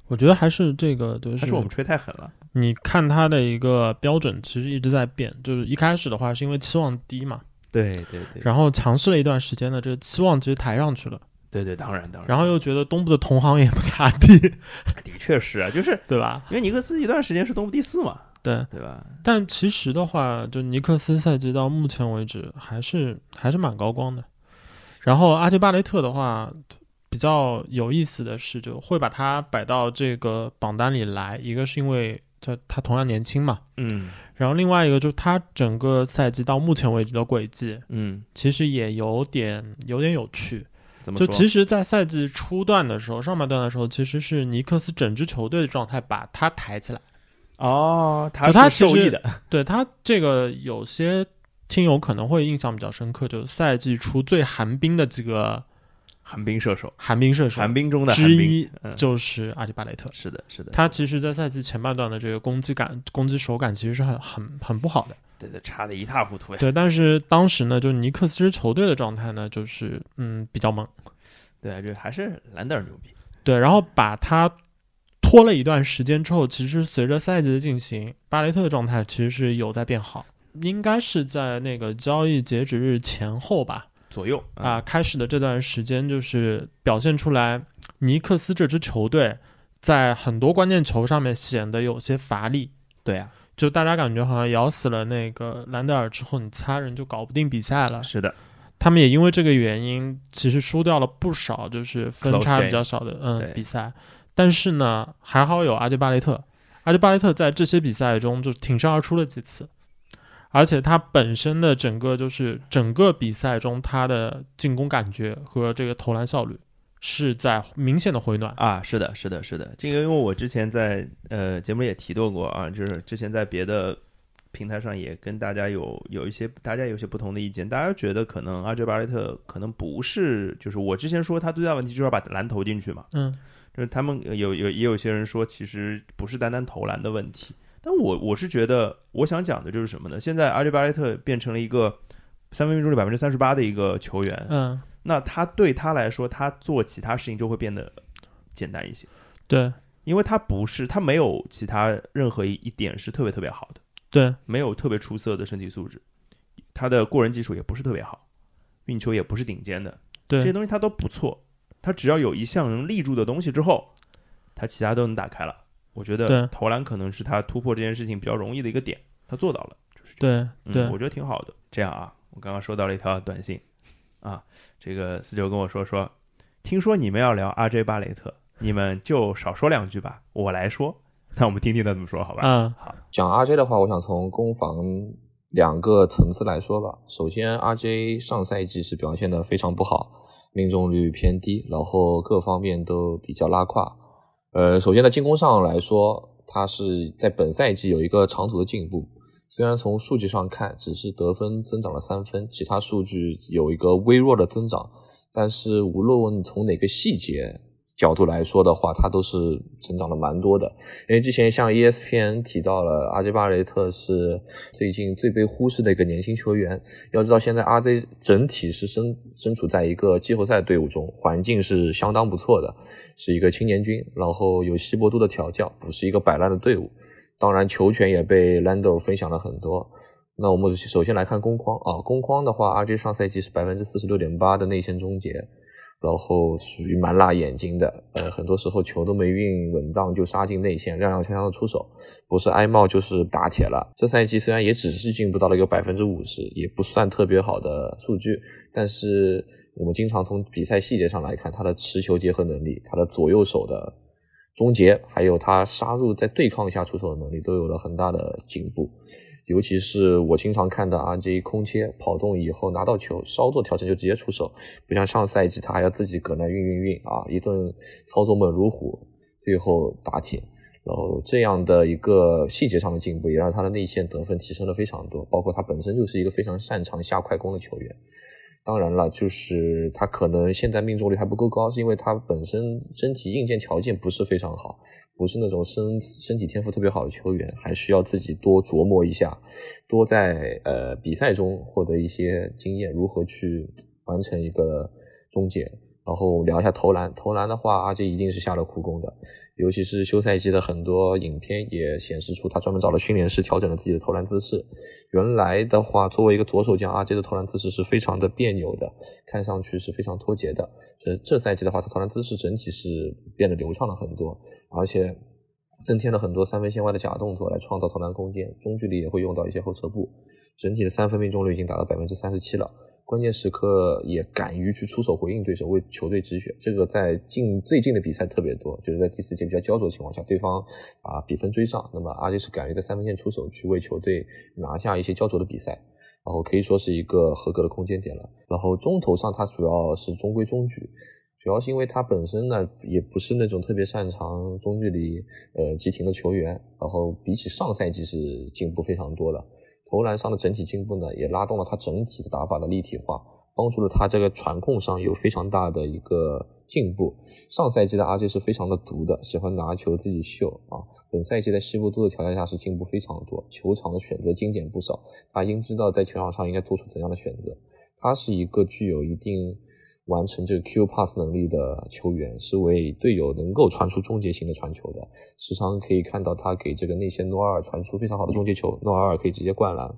我觉得还是这个，就还是我们吹太狠了？你看它的一个标准，其实一直在变。就是一开始的话，是因为期望低嘛，对对对，然后尝试了一段时间的这个期望值抬上去了，对对，当然当然，然后又觉得东部的同行也不咋地，的确是啊，就是对吧？因为尼克斯一段时间是东部第四嘛，对，对吧？但其实的话，就尼克斯赛季到目前为止还是还是蛮高光的。然后阿切巴雷特的话，比较有意思的是，就会把他摆到这个榜单里来，一个是因为他他同样年轻嘛，嗯然后另外一个就是他整个赛季到目前为止的轨迹，嗯，其实也有点有点有趣。怎么就说？其实，在赛季初段的时候，上半段的时候，其实是尼克斯整支球队的状态把他抬起来。哦，他就他是其受益实的，对他这个有些听友可能会印象比较深刻，就是赛季初最寒冰的几个寒冰射手，寒冰射手寒冰中的寒之冰，一嗯，就是阿迪巴雷特。是的，是的，他其实，在赛季前半段的这个攻击感、攻击手感其实是很很很不好的。对对，差的一塌糊涂呀。对，但是当时呢，就是尼克斯球队的状态呢，就是嗯比较猛，对，这还是兰德尔牛逼。对，然后把他拖了一段时间之后，其实随着赛季的进行，巴雷特的状态其实是有在变好，应该是在那个交易截止日前后吧，左右嗯啊、，开始的这段时间就是表现出来尼克斯这支球队在很多关键球上面显得有些乏力。对啊，就大家感觉好像咬死了那个兰德尔之后，你其他人就搞不定比赛了。是的，他们也因为这个原因，其实输掉了不少，就是分 Close 差 game 比较少的对嗯比赛。但是呢，还好有阿杰巴雷特，阿杰巴雷特在这些比赛中就挺身而出了几次，而且他本身的整个就是整个比赛中他的进攻感觉和这个投篮效率是在明显的回 暖。啊，是的，是的，是的，这个因为我之前在呃节目里也提到过啊，就是之前在别的平台上也跟大家有有一些大家有些不同的意见，大家觉得可能阿杰巴雷特可能不是，就是我之前说他最大问题就是要把篮投进去嘛，嗯，就是他们有有也有些人说其实不是单单投篮的问题，但我我是觉得我想讲的就是什么呢？现在阿杰巴雷特变成了一个三分命中率百分之三十八的一个球员，嗯，那他对他来说，他做其他事情就会变得简单一些。对因为他不是，他没有其他任何一一点是特别特别好的，对没有特别出色的身体素质，他的过人技术也不是特别好，运球也不是顶尖的，这些对东西他都不错。他只要有一项能立住的东西之后，他其他都能打开了。我觉得对投篮可能是他突破这件事情比较容易的一个点，他做到了，就是这样嗯对对我，觉得挺好的。这样啊，我刚刚收到了一条短信，啊，这个四九跟我说说，听说你们要聊 RJ 巴雷特，你们就少说两句吧，我来说。那我们听听他怎么说，好吧？嗯讲 RJ 的话，我想从攻防两个层次来说吧。首先，RJ 上赛季是表现的非常不好，命中率偏低，然后各方面都比较拉胯。呃，首先在进攻上来说，他是在本赛季有一个长足的进步。虽然从数据上看，只是得分增长了三分，其他数据有一个微弱的增长，但是无论从哪个细节角度来说的话，它都是成长了蛮多的。因为之前像 E ESPN 提到了阿杰巴雷特是最近最被忽视的一个年轻球员。要知道，现在阿 Z 整体是身身处在一个季后赛队伍中，环境是相当不错的，是一个青年军，然后有西伯杜的调教，不是一个摆烂的队伍。当然，球权也被 Lando 分享了很多。那我们首先来看攻框啊，攻框的话，RJ 上赛季是百分之四十六点八的内线终结，然后属于蛮辣眼睛的，呃，很多时候球都没运稳当就杀进内线，踉踉跄跄的出手，不是挨帽就是打铁了。这赛季虽然也只是进步到了一个百分之五十，也不算特别好的数据，但是我们经常从比赛细节上来看，他的持球结合能力，他的左右手的终结，还有他杀入在对抗下出手的能力，都有了很大的进步。尤其是我经常看到 RJ 空切跑动以后拿到球，稍作调整就直接出手，不像上赛季他还要自己搁那运运运啊，一顿操作猛如虎，最后打铁。然后这样的一个细节上的进步，也让他的内线得分提升了非常多，包括他本身就是一个非常擅长下快攻的球员。当然了，就是他可能现在命中率还不够高，是因为他本身身体硬件条件不是非常好，不是那种身身体天赋特别好的球员，还需要自己多琢磨一下，多在呃比赛中获得一些经验，如何去完成一个终结。然后聊一下投篮，投篮的话，阿杰一定是下了苦功的，尤其是休赛季的很多影片也显示出他专门找了训练师调整了自己的投篮姿势。原来的话，作为一个左手将，阿杰的投篮姿势是非常的别扭的，看上去是非常脱节的。这这赛季的话，他投篮姿势整体是变得流畅了很多，而且增添了很多三分线外的假动作来创造投篮空间，中距离也会用到一些后撤步。整体的三分命中率已经达到百分之三十七了。关键时刻也敢于去出手回应对手，为球队止血。这个在近最近的比赛特别多，就是在第四节比较焦灼的情况下，对方把比分追上，那么阿杰是敢于在三分线出手去为球队拿下一些焦灼的比赛，然后可以说是一个合格的空间点了。然后中投上他主要是中规中矩，主要是因为他本身呢也不是那种特别擅长中距离呃急停的球员，然后比起上赛季是进步非常多了。投篮上的整体进步呢，也拉动了他整体的打法的立体化，帮助了他这个传控上有非常大的一个进步。上赛季的阿 J 是非常的毒的，喜欢拿球自己秀啊。本赛季在西部多的条件下是进步非常多，球场的选择精简不少。他应知道在球场上应该做出怎样的选择。他是一个具有一定完成这个 Q pass 能力的球员，是为队友能够传出终结型的传球的。时常可以看到他给这个内线诺阿尔传出非常好的终结球，诺阿尔可以直接灌篮。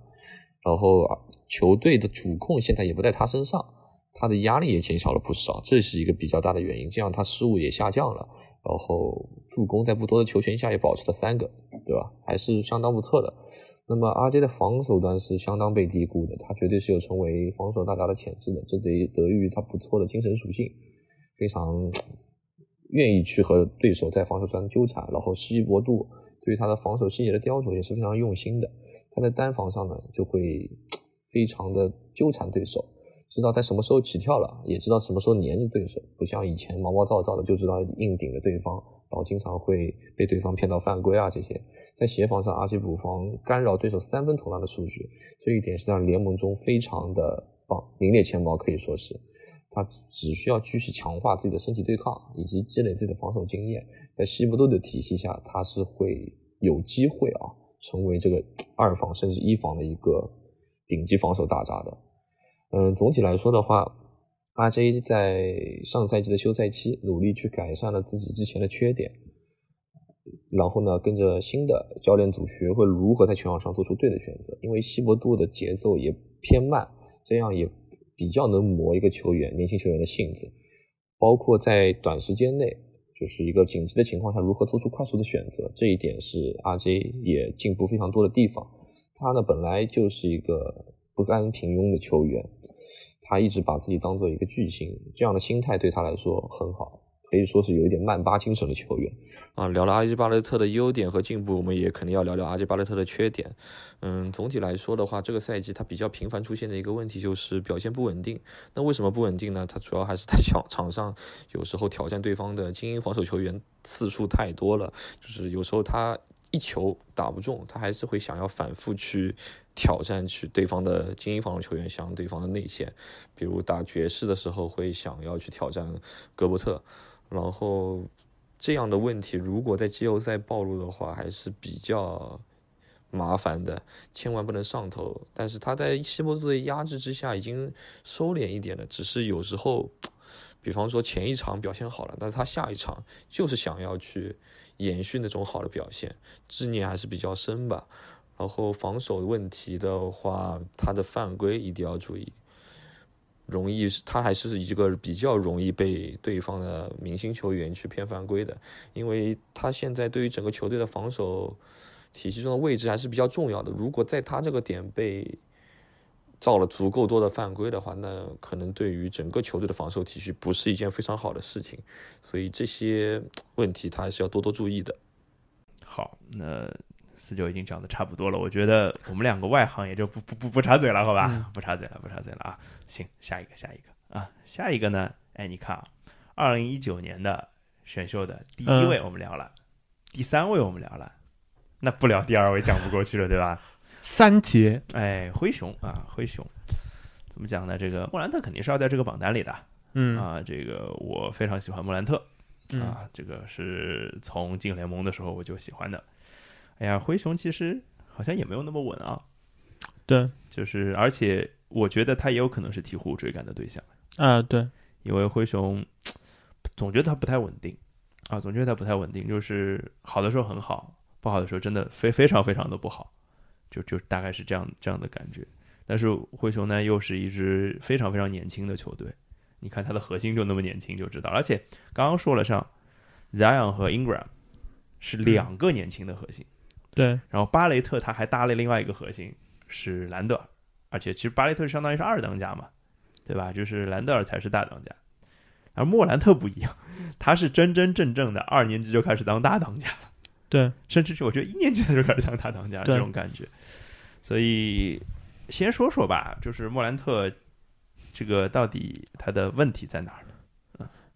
然后啊球队的主控现在也不在他身上，他的压力也减少了不少，这是一个比较大的原因。这样他失误也下降了，然后助攻在不多的球权下也保持了三个，对吧？还是相当不错的。那么阿 J 的防守端是相当被低估的，他绝对是有成为防守大家的潜质的，这得得益于他不错的精神属性，非常愿意去和对手在防守端纠缠，然后稀薄度对于他的防守细节的雕琢也是非常用心的。他在单防上呢，就会非常的纠缠对手，知道在什么时候起跳了，也知道什么时候粘着对手，不像以前毛毛躁躁的就知道硬顶着对方，然后经常会被对方骗到犯规啊这些。在协防上，阿基补防干扰对手三分投篮的数据，这一点是让联盟中非常的棒，名列前茅可以说是。他只需要继续强化自己的身体对抗，以及积累自己的防守经验，在西部队的体系下，他是会有机会啊，成为这个二防甚至一防的一个顶级防守大闸的。嗯，总体来说的话，阿 J 在上赛季的休赛期努力去改善了自己之前的缺点，然后呢，跟着新的教练组学会如何在球场上做出对的选择，因为西伯杜的节奏也偏慢，这样也比较能磨一个球员年轻球员的性子，包括在短时间内就是一个紧急的情况下如何做出快速的选择，这一点是阿 J 也进步非常多的地方。他呢本来就是一个不甘平庸的球员，他一直把自己当做一个巨星，这样的心态对他来说很好，可以说是有一点曼巴精神的球员。啊，聊了阿基巴雷特的优点和进步，我们也肯定要聊聊阿基巴雷特的缺点。嗯，总体来说的话，这个赛季他比较频繁出现的一个问题就是表现不稳定。那为什么不稳定呢？他主要还是在场 场上有时候挑战对方的精英防守球员次数太多了，就是有时候他一球打不中，他还是会想要反复去挑战去对方的精英防守球员，像对方的内线，比如打爵士的时候会想要去挑战格伯特，然后这样的问题如果在季后赛暴露的话，还是比较麻烦的，千万不能上头。但是他在西伯杜的压制之下已经收敛一点了，只是有时候，比方说前一场表现好了，但是他下一场就是想要去延续那种好的表现，执念还是比较深吧。然后防守问题的话，他的犯规一定要注意。容易，他还是一个比较容易被对方的明星球员去骗犯规的，因为他现在对于整个球队的防守体系中的位置还是比较重要的。如果在他这个点被造了足够多的犯规的话，那可能对于整个球队的防守体系不是一件非常好的事情。所以这些问题他还是要多多注意的。好，那四九已经讲的差不多了，我觉得我们两个外行也就不不不不插嘴了，好吧？嗯不插嘴了，不插嘴了啊！行，下一个，下一个啊，下一个呢？哎，你看啊，二零一九年的选秀的第一位我们聊了，第三位我们聊了，那不聊第二位讲不过去了，对吧？三节哎，灰熊啊，灰熊，怎么讲呢？这个莫兰特肯定是要在这个榜单里的嗯啊。这个我非常喜欢莫兰特，嗯啊，这个是从进联盟的时候我就喜欢的。哎呀，灰熊其实好像也没有那么稳啊，对就是而且我觉得他也有可能是鹈鹕追赶的对象，啊对因为灰熊总觉得他不太稳定啊，总觉得他不太稳定，就是好的时候很好，不好的时候真的非非常非常的不好，就就大概是这样这样的感觉。但是灰熊呢，又是一支非常非常年轻的球队，你看他的核心就那么年轻就知道，而且刚刚说了上 Zion 和 Ingram 是两个年轻的核心。对，然后巴雷特他还搭了另外一个核心是兰德尔，而且其实巴雷特相当于是二当家嘛，对吧？就是兰德尔才是大当家，而莫兰特不一样，他是真真正正的二年级就开始当大当家了，对，甚至是我觉得一年级他就开始当大当家了对这种感觉。所以先说说吧，就是莫兰特这个到底他的问题在哪儿？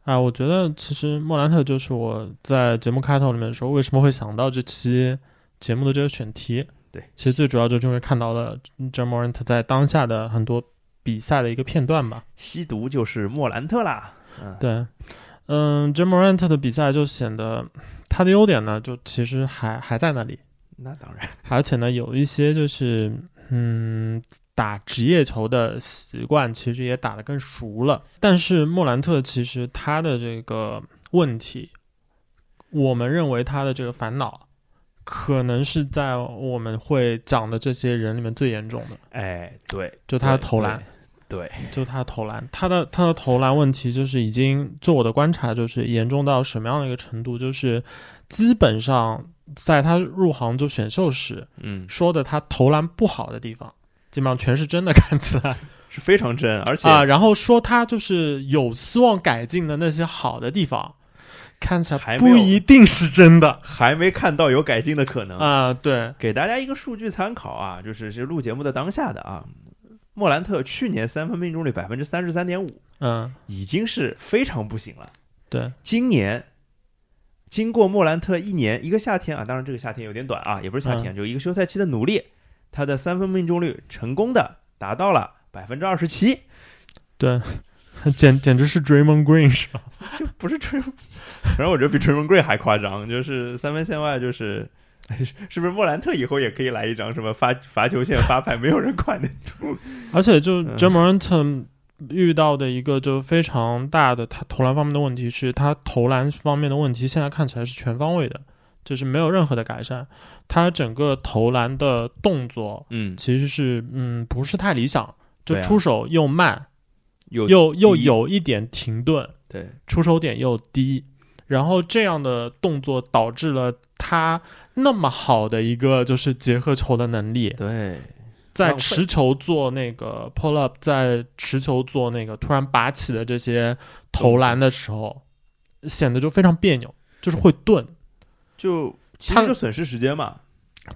啊，我觉得其实莫兰特就是我在节目开头里面说为什么会想到这期节目的这个选题。对，其实最主要就是因为看到了 j a m o r a n t 在当下的很多比赛的一个片段吧。吸毒就是莫兰特啦，嗯，对，嗯 j a m o r a n t 的比赛就显得他的优点呢，就其实还还在那里，那当然，而且呢，有一些就是嗯，打职业球的习惯其实也打得更熟了。但是莫兰特其实他的这个问题，我们认为他的这个烦恼，可能是在我们会讲的这些人里面最严重的，哎，对，就他的对投篮，，对对。就他的投篮，他的他的投篮问题就是已经，就我的观察就是严重到什么样的一个程度，就是基本上在他入行就选秀时。嗯，说的他投篮不好的地方，基本上全是真的，看起来是非常真，而且啊。然后说他就是有希望改进的那些好的地方，看起还来没有不一定是真的还没看到有改进的可能。啊。对，给大家一个数据参考啊，就是是录节目的当下的啊，莫兰特去年三分命中率百分之三十三点五，嗯，已经是非常不行了。对，今年经过莫兰特一年一个夏天啊，当然这个夏天有点短啊，也不是夏嗯天，就一个休赛期的努力，他的三分命中率成功的达到了百分之二十七，对， 简简直是 Draymond Green 是吧？就不是追， 反正我觉得比追梦贵还夸张，就是三分线外就是。哎是不是莫兰特以后也可以来一张什么罚罚球线发牌没有人管的？而且就嗯 j a m o r a n t 遇到的一个就非常大的他投篮方面的问题是，他投篮方面的问题现在看起来是全方位的，就是没有任何的改善。他整个投篮的动作 嗯，其实是嗯不是太理想，就对啊出手又慢，有又又低有一点停顿，对出手点又低，然后这样的动作导致了他那么好的一个就是结合球的能力，对在浪费持球做那个 pull up，在持球做那个突然拔起的这些投篮的时候，显得就非常别扭，就是会顿。就其他实就损失时间嘛。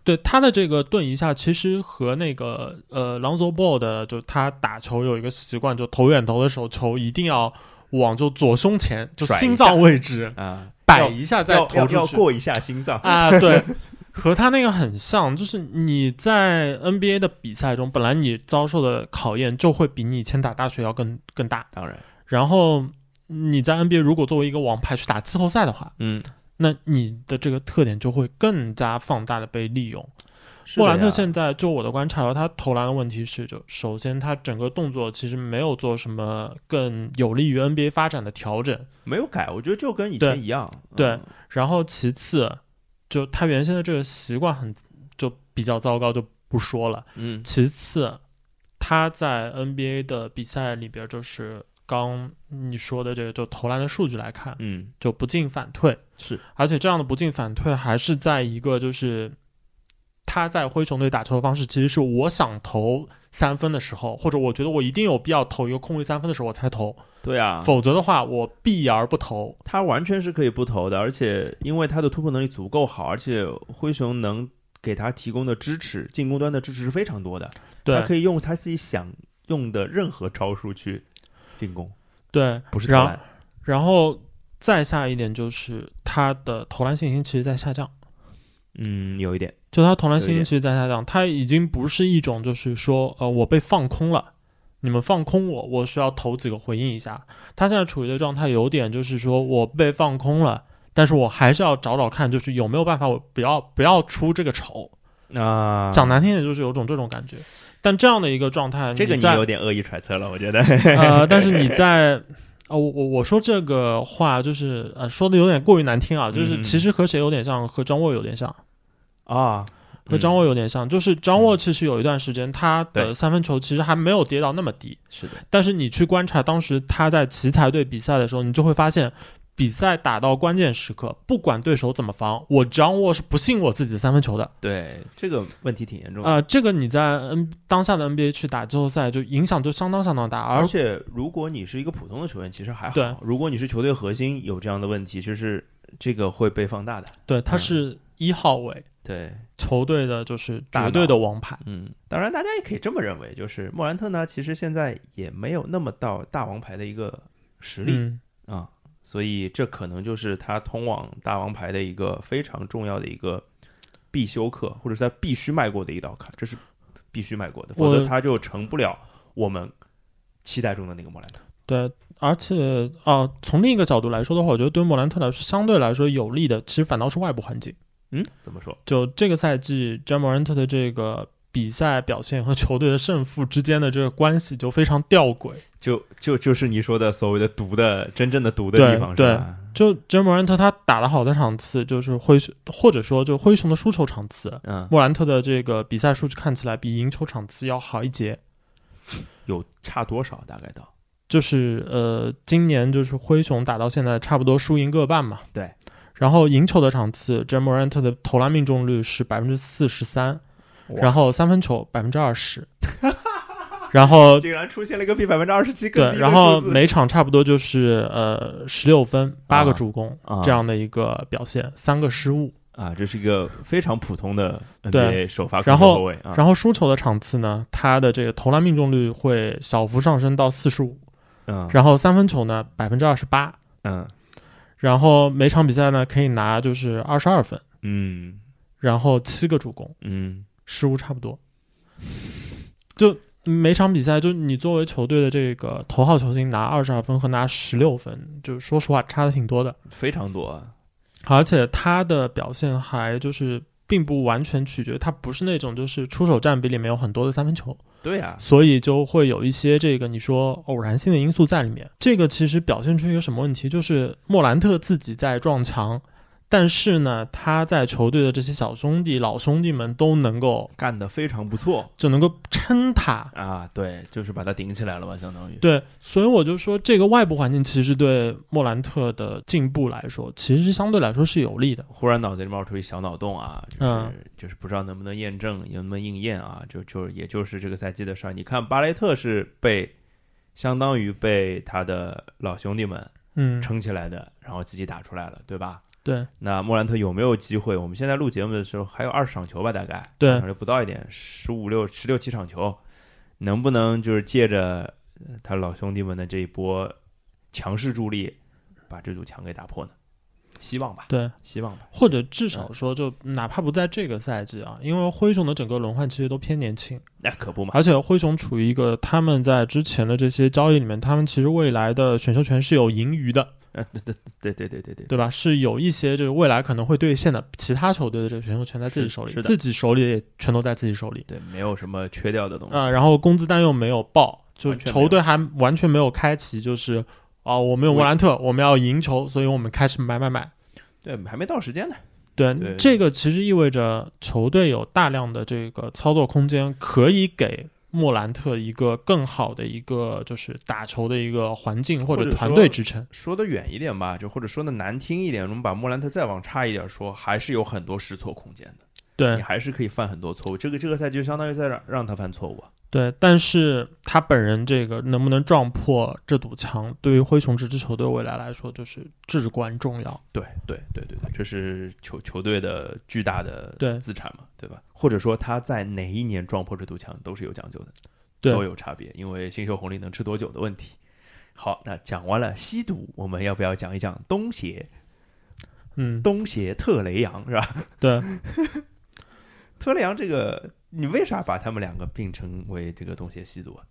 对他的这个顿一下，其实和那个呃朗佐 ball 的，就是他打球有一个习惯，就投远投的时候，球一定要往就左胸前，就甩一下心脏位置啊，摆一下再要投要要出去过一下心脏。啊，对。 和他那个很像，就是你在 NBA 的比赛中，本来你遭受的考验就会比你以前打大学要更更大。当然，然后你在 NBA 如果作为一个王牌去打季后赛的话，嗯，那你的这个特点就会更加放大的被利用。是的莫兰特呀现在就我的观察到，他投篮的问题是，就首先他整个动作其实没有做什么更有利于 NBA 发展的调整，没有改，我觉得就跟以前对一样。对嗯然后其次就他原先的这个习惯很就比较糟糕，就不说了。嗯，其次，他在 NBA 的比赛里边，就是刚你说的这个就投篮的数据来看，嗯，就不进反退，是而且这样的不进反退还是在一个就是他在灰熊队打球的方式，其实是我想投三分的时候，或者我觉得我一定有必要投一个空位三分的时候我才投，对啊，否则的话我避而不投。他完全是可以不投的，而且因为他的突破能力足够好，而且灰熊能给他提供的支持，进攻端的支持是非常多的。他对可以用他自己想用的任何招数去进攻，对，不是投然篮。然后再下一点就是他的投篮信心其实在下降。嗯，有一点，就他投篮信有一点心其实在下降，他已经不是一种就是说，呃，我被放空了，你们放空我，我需要投几个回应一下。他现在处于的状态有点就是说我被放空了，但是我还是要找找看，就是有没有办法，我不要不要出这个丑。那、讲难听点就是有种这种感觉，但这样的一个状态，这个你你在 有点恶意揣测了，我觉得。呃，但是你在啊，我我我说这个话就是呃，说的有点过于难听啊，就是嗯其实和谁有点像，和张沃有点像，啊，和张沃有点像，就是张沃其实有一段时间他嗯的对三分球其实还没有跌到那么低，是的，但是你去观察当时他在奇才队比赛的时候，你就会发现。比赛打到关键时刻，不管对手怎么防，我张沃是不信我自己的三分球的。对这个问题挺严重的。啊，这个你在 N 当下的 NBA 去打季后赛，就影响就相当相当大。而而且，如果你是一个普通的球员，其实还对好；如果你是球队核心，有这样的问题，其实这个会被放大的。对他是一号位，对，球队的就是大绝脑对的王牌。嗯，当然，大家也可以这么认为，就是莫兰特呢，其实现在也没有那么到大王牌的一个实力、嗯，啊，所以这可能就是他通往大王牌的一个非常重要的一个必修课，或者是他必须迈过的一道坎，这是必须迈过的，否我则他就成不了我们期待中的那个莫兰特。对，而且啊、呃从另一个角度来说的话，我觉得对莫兰特来说相对来说有利的，其实反倒是外部环境。嗯，怎么说？就这个赛季 j a m o r a n t 的这个比赛表现和球队的胜负之间的这个关系就非常吊诡。就就就是你说的所谓的毒的真正的毒的对地方对是吧？就 j a m o r a n t 他打得好的场次，就是灰熊，或者说就灰熊的输球场次，嗯，莫兰特的这个比赛数据看起来比赢球场次要好一截。有差多少？大概到就是呃，今年就是灰熊打到现在差不多输赢各半嘛。对。然后赢球的场次 j a m o r a n t 的投篮命中率是百分之四十三，然后三分球百分之二十， 然后竟然出现了一个比百分之二十七更呃对，低的然后数字每场差不多就是呃十六分、八个啊助攻、啊这样的一个表现，三个失误。啊，这是一个非常普通的对 NBA 首发然控球后后卫啊，然后输球的场次呢，他的这个投篮命中率会小幅上升到四十五，嗯然后三分球呢百分之二十八，嗯然后每场比赛呢可以拿就是二十二分，嗯然后七个助攻，嗯，失误差不多。就每场比赛，就你作为球队的这个头号球星拿二十二分和拿十六分，就说实话差的挺多的。非常多啊，而且他的表现还就是并不完全取决，他不是那种就是出手占比里面有很多的三分球，对啊，所以就会有一些这个你说偶然性的因素在里面。这个其实表现出一个什么问题，就是莫兰特自己在撞墙，但是呢，他在球队的这些小兄弟、老兄弟们都能够干得非常不错就能够撑他。啊，对，就是把他顶起来了吧，相当于对，所以我就说，这个外部环境其实对莫兰特的进步来说，其实相对来说是有利的。忽然脑子里冒出一小脑洞啊，就是、嗯就是不知道能不能验证，能不能应验啊，就就也就是这个赛季的事儿。你看巴雷特是被相当于被他的老兄弟们嗯，撑起来的，然后自己打出来了，对吧？对那莫兰特有没有机会？我们现在录节目的时候还有二十场球吧，大概对可能不到一点，十五六、十六七场球，能不能就是借着呃他老兄弟们的这一波强势助力，把这堵墙给打破呢？希望吧，对，希望吧。或者至少说，就哪怕不在这个赛季啊，因为灰熊的整个轮换其实都偏年轻，那可不嘛，而且灰熊处于一个他们在之前的这些交易里面，他们其实未来的选秀权是有盈余的，呃，对对对对对对对，对吧？是有一些就是未来可能会兑现的，其他球队的这个选秀权在自己是手里，是的自己手里也全都在自己手里对，没有什么缺掉的东西啊、然后工资单又没有报，就是嗯完全没有球队还完全没有开启，就是啊、我们有莫兰特，我们要赢球，所以我们开始买买买。对，还没到时间呢。对，对这个其实意味着球队有大量的这个操作空间，可以给莫兰特一个更好的一个就是打球的一个环境或或者者团说队支撑。说的远一点吧，就或者说的难听一点，我们把莫兰特再往差一点说，还是有很多试错空间的。你对还是可以犯很多错误。这个这个赛季就相当于在让让他犯错误啊。对，但是他本人这个能不能撞破这堵墙，对于灰熊这支球队未来来说就是至关重要。对对对对对，这是球球队的巨大的对资产嘛，对吧？或者说他在哪一年撞破这堵墙都是有讲究的，对都有差别，因为新秀红利能吃多久的问题。好，那讲完了西毒，我们要不要讲一讲东协？嗯，东协特雷杨是吧？ 对，特雷杨这个，你为啥把他们两个并称为这个东协西毒啊？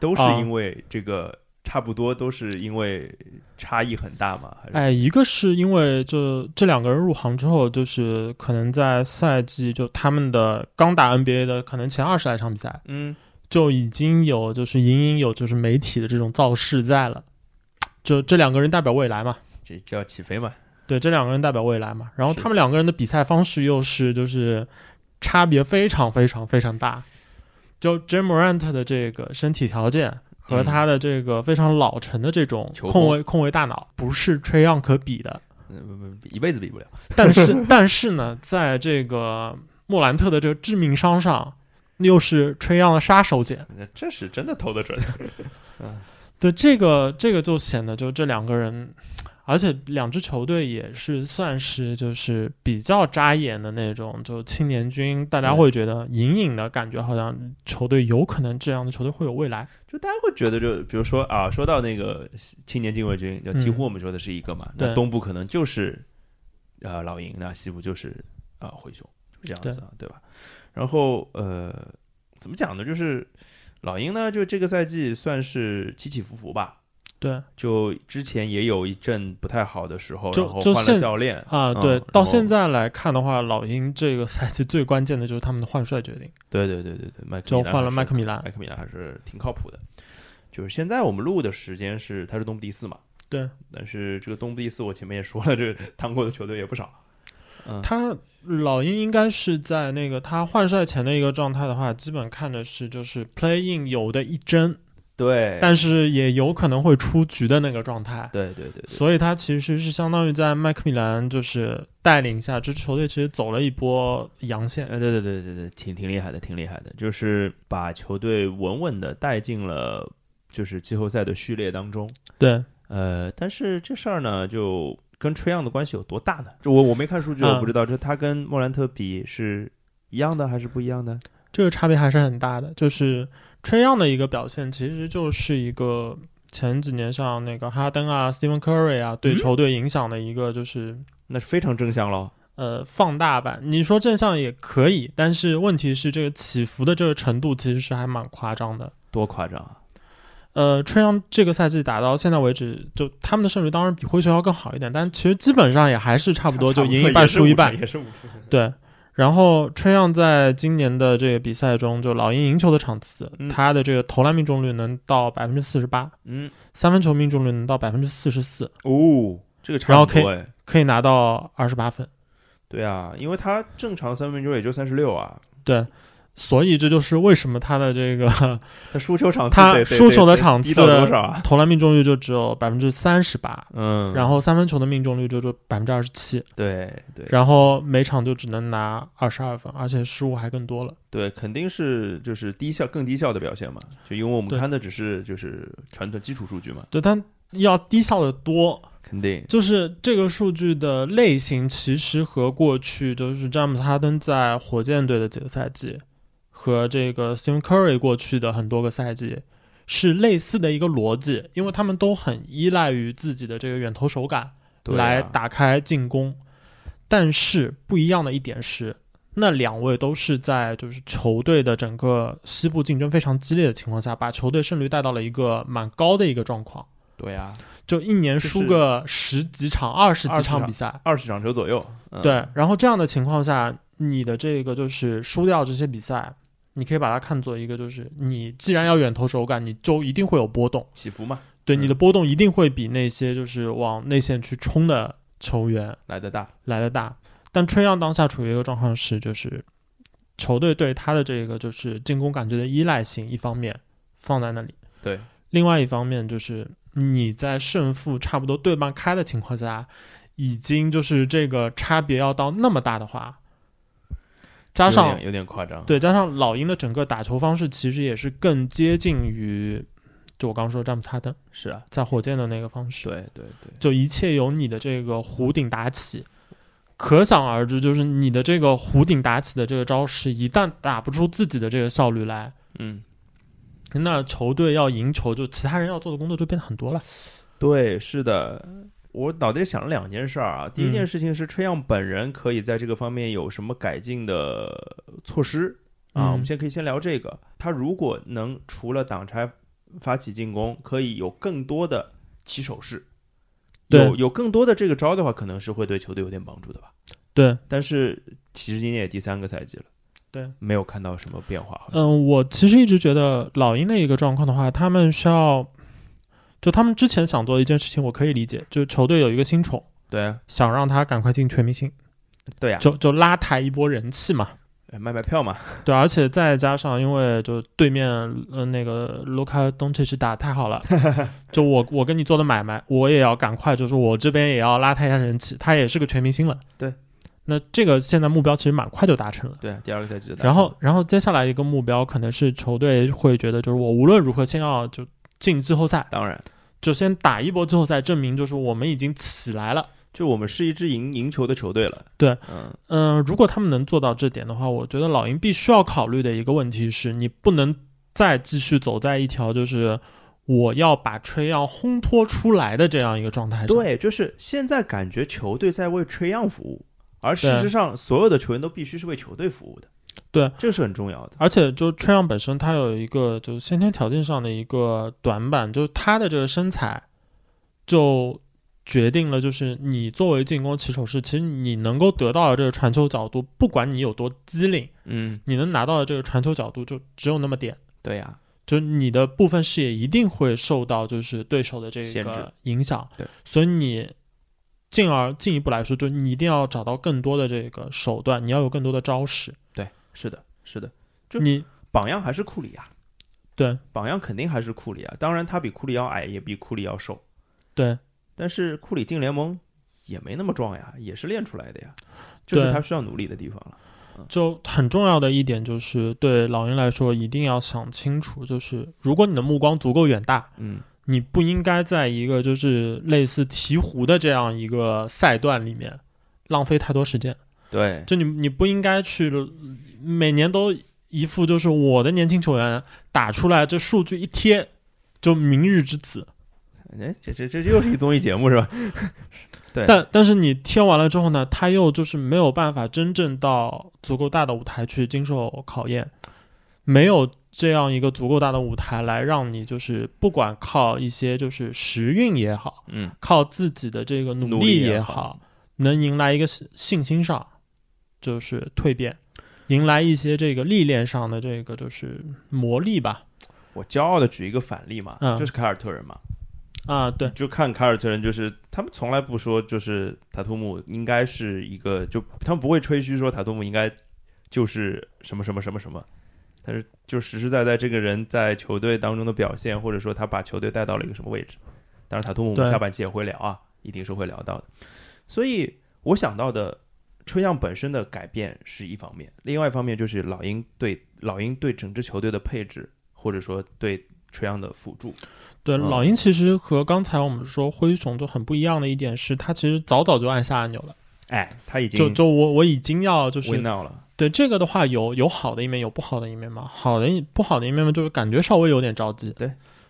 都是啊因为这个差不多，都是因为差异很大嘛？还是哎，一个是因为这这两个人入行之后，就是可能在赛季就他们的刚打 NBA 的可能前二十来场比赛，嗯，就已经有就是隐隐有就是媒体的这种造势在了，就这两个人代表未来嘛，这叫起飞嘛？对，这两个人代表未来嘛。然后是他们两个人的比赛方式又是就是差别非常非常非常大。就 j a m o r a n t 的这个身体条件和嗯他的这个非常老成的这种球风控卫控卫大脑，不是吹样可比的。嗯，不不一辈子比不了。但是但是呢，在这个莫兰特的这个致命伤上，又是吹样的杀手锏。那这是真的投得准。对这个这个就显得就这两个人，而且两支球队也是算是就是比较扎眼的那种，就青年军，大家对会觉得隐隐的感觉好像球队有可能这样的球队会有未来。就大家会觉得就，比如说啊，说到那个青年禁卫军，就几乎我们说的是一个嘛，那嗯对东部可能就是呃老鹰，那西部就是啊、呃灰熊，就这样子啊，对吧？然后呃，怎么讲呢？就是老鹰呢，就这个赛季算是起起伏伏吧。对就之前也有一阵不太好的时候，就然后就换现了教练啊，嗯对，然后到现在来看的话，老鹰这个赛季最关键的就是他们的换帅决定，对对对对对，麦克就米兰换还了是嗯麦克米兰麦。克米兰还是挺靠谱的。就是现在我们录的时间是，他是东部第四嘛，对。但是这个东部第四，我前面也说了，这个趟过的球队也不少。嗯，他老鹰应该是在那个他换帅前的一个状态的话，基本看的是就是 play in 有的一争，对，但是也有可能会出局的那个状态。对对对对，所以他其实是相当于在麦克米兰就是带领下，这支球队其实走了一波阳线。呃，对对对对对，挺挺厉害的，挺厉害的，就是把球队稳稳的带进了就是季后赛的序列当中。对，呃，但是这事儿呢，就跟吹样的关系有多大呢？啊就我我没看数据，我嗯不知道，这他跟莫兰特比是一样的还是不一样的？这个差别还是很大的。就是吹样的一个表现，其实就是一个前几年像那个哈登啊、Stephen Curry 啊对嗯球队影响的一个就是那是非常正向喽。呃放大版。你说正向也可以，但是问题是这个起伏的这个程度其实是还蛮夸张的。多夸张啊！呃，吹阳这个赛季打到现在为止，就他们的胜率当然比灰熊要更好一点，但其实基本上也还是差不多，就赢一半输一半。也是五成。对，然后吹阳在今年的这个比赛中，就老鹰赢球的场次，嗯他的这个投篮命中率能到百分之四十八，嗯，三分球命中率能到百分之四十四，哦，这个然差后不多哎。可以拿到二十八分。对啊，因为他正常三分球也就三十六啊，对，所以这就是为什么他的这个 他输球场次他得得输球的得得场低到次多少啊？投篮命中率就只有百分之三十八，嗯， 然后三分球的命中率就就百分之二十七。对对然后每场就只能拿二十二分，而且失误还更多了。对，肯定是就是低效更低效的表现嘛，就因为我们对看的只是就是传统基础数据嘛，对，但要低效的多，肯定就是这个数据的类型其实和过去就是詹姆斯哈登在火箭队的几个赛季，和这个 Stephen Curry 过去的很多个赛季是类似的一个逻辑，因为他们都很依赖于自己的这个远投手感对啊来打开进攻。但是不一样的一点是，那两位都是在就是球队的整个西部竞争非常激烈的情况下，把球队胜率带到了一个蛮高的一个状况，对啊，就一年输个十几场、二十几20场场比赛。二十场球左右，嗯、对，然后这样的情况下，你的这个就是输掉这些比赛。你可以把它看作一个，就是你既然要远投手感，你就一定会有波动，起伏嘛对嗯你的波动一定会比那些就是往内线去冲的球员来的大，来的大。但春阳当下处于一个状况是，就是球队对他的这个就是进攻感觉的依赖性，一方面放在那里，对，另外一方面就是你在胜负差不多对半开的情况下，已经就是这个差别要到那么大的话，加有上点有点夸张，对加上老鹰的整个打球方式其实也是更接近于，就我刚说詹姆斯哈登是啊，在火箭的那个方式，对对对，就一切由你的这个弧顶打起，可想而知，就是你的这个弧顶打起的这个招式，一旦打不出自己的这个效率来，嗯，那球队要赢球，就其他人要做的工作就变得很多了。对，是的。我脑袋想了两件事儿啊，第一件嗯事情是吹样本人可以在这个方面有什么改进的措施啊？嗯我们先可以先聊这个，他如果能除了挡拆发起进攻，可以有更多的起手式，对有有更多的这个招的话，可能是会对球队有点帮助的吧。对，但是其实今年也第三个赛季了，对，没有看到什嗯么变化，好像、嗯，我其实一直觉得老鹰的一个状况的话，他们需要就他们之前想做的一件事情，我可以理解，就是球队有一个新宠，对啊，想让他赶快进全明星，对呀、就就拉抬一波人气嘛。啊，卖卖票嘛，对，而且再加上，因为就对面呃那个卢卡东契奇打得太好了，就我我跟你做的买卖，我也要赶快，就是我这边也要拉他一下人气，他也是个全明星了。对，那这个现在目标其实蛮快就达成了。对啊，第二个赛季就打然后算，然后接下来一个目标可能是球队会觉得，就是我无论如何先要就进季后赛，当然，就先打一波季后赛，证明就是我们已经起来了。就我们是一支赢赢球的球队了，对，嗯，嗯、如果他们能做到这点的话，我觉得老鹰必须要考虑的一个问题是，你不能再继续走在一条就是我要把吹样烘托出来的这样一个状态上。，对，就是现在感觉球队在为吹样服务，而事实上所有的球员都必须是为球队服务的，对，这个是很重要的，而且就吹样本身，它有一个就是先天条件上的一个短板，就是他的这个身材就决定了，就是你作为进攻起手式，其实你能够得到的这个传球角度，不管你有多机灵，嗯，你能拿到的这个传球角度就只有那么点。对呀、就是你的部分视野一定会受到就是对手的这限制个影响，对，所以你进而进一步来说，就是你一定要找到更多的这个手段，你要有更多的招式，是的，是的，就你榜样还是库里啊，对榜样肯定还是库里啊，当然他比库里要矮，也比库里要瘦，对但是库里进联盟也没那么壮呀，也是练出来的呀，就是对他需要努力的地方了。就很重要的一点就是对老鹰来说，一定要想清楚，就是如果你的目光足够远大，嗯，你不应该在一个就是类似鹈鹕的这样一个赛段里面浪费太多时间。对，就你你不应该去每年都一副就是我的年轻球员打出来这数据一贴就明日之子，哎，这这这又是一综艺节目是吧？对但但是你贴完了之后呢，他又就是没有办法真正到足够大的舞台去经受考验，没有这样一个足够大的舞台来让你就是不管靠一些就是时运也好，嗯，靠自己的这个努努力力也也好好，能迎来一个信信心上就是蜕变，迎来一些这个历练上的这个就是磨砺吧。我骄傲的举一个反例嘛，嗯就是凯尔特人嘛，啊，对，就看凯尔特人，就是他们从来不说，就是塔图姆应该是一个，就他们不会吹嘘说塔图姆应该就是什么什么什么什么，但是就实实在在这个人在球队当中的表现，或者说他把球队带到了一个什么位置。当然，塔图姆我们对下半期也会聊啊，一定是会聊到的。所以我想到的吹样本身的改变是一方面，另外一方面就是老鹰对老鹰对整支球队的配置，或者说对吹样的辅助。对，嗯老鹰其实和刚才我们说灰熊就很不一样的一点是，他其实早早就按下按钮了，哎，他已经就就我我已经要就是 win now 了。对这个的话有有好的一面，有不好的一面嘛，好的一不好的一面嘛，就是感觉稍微有点着急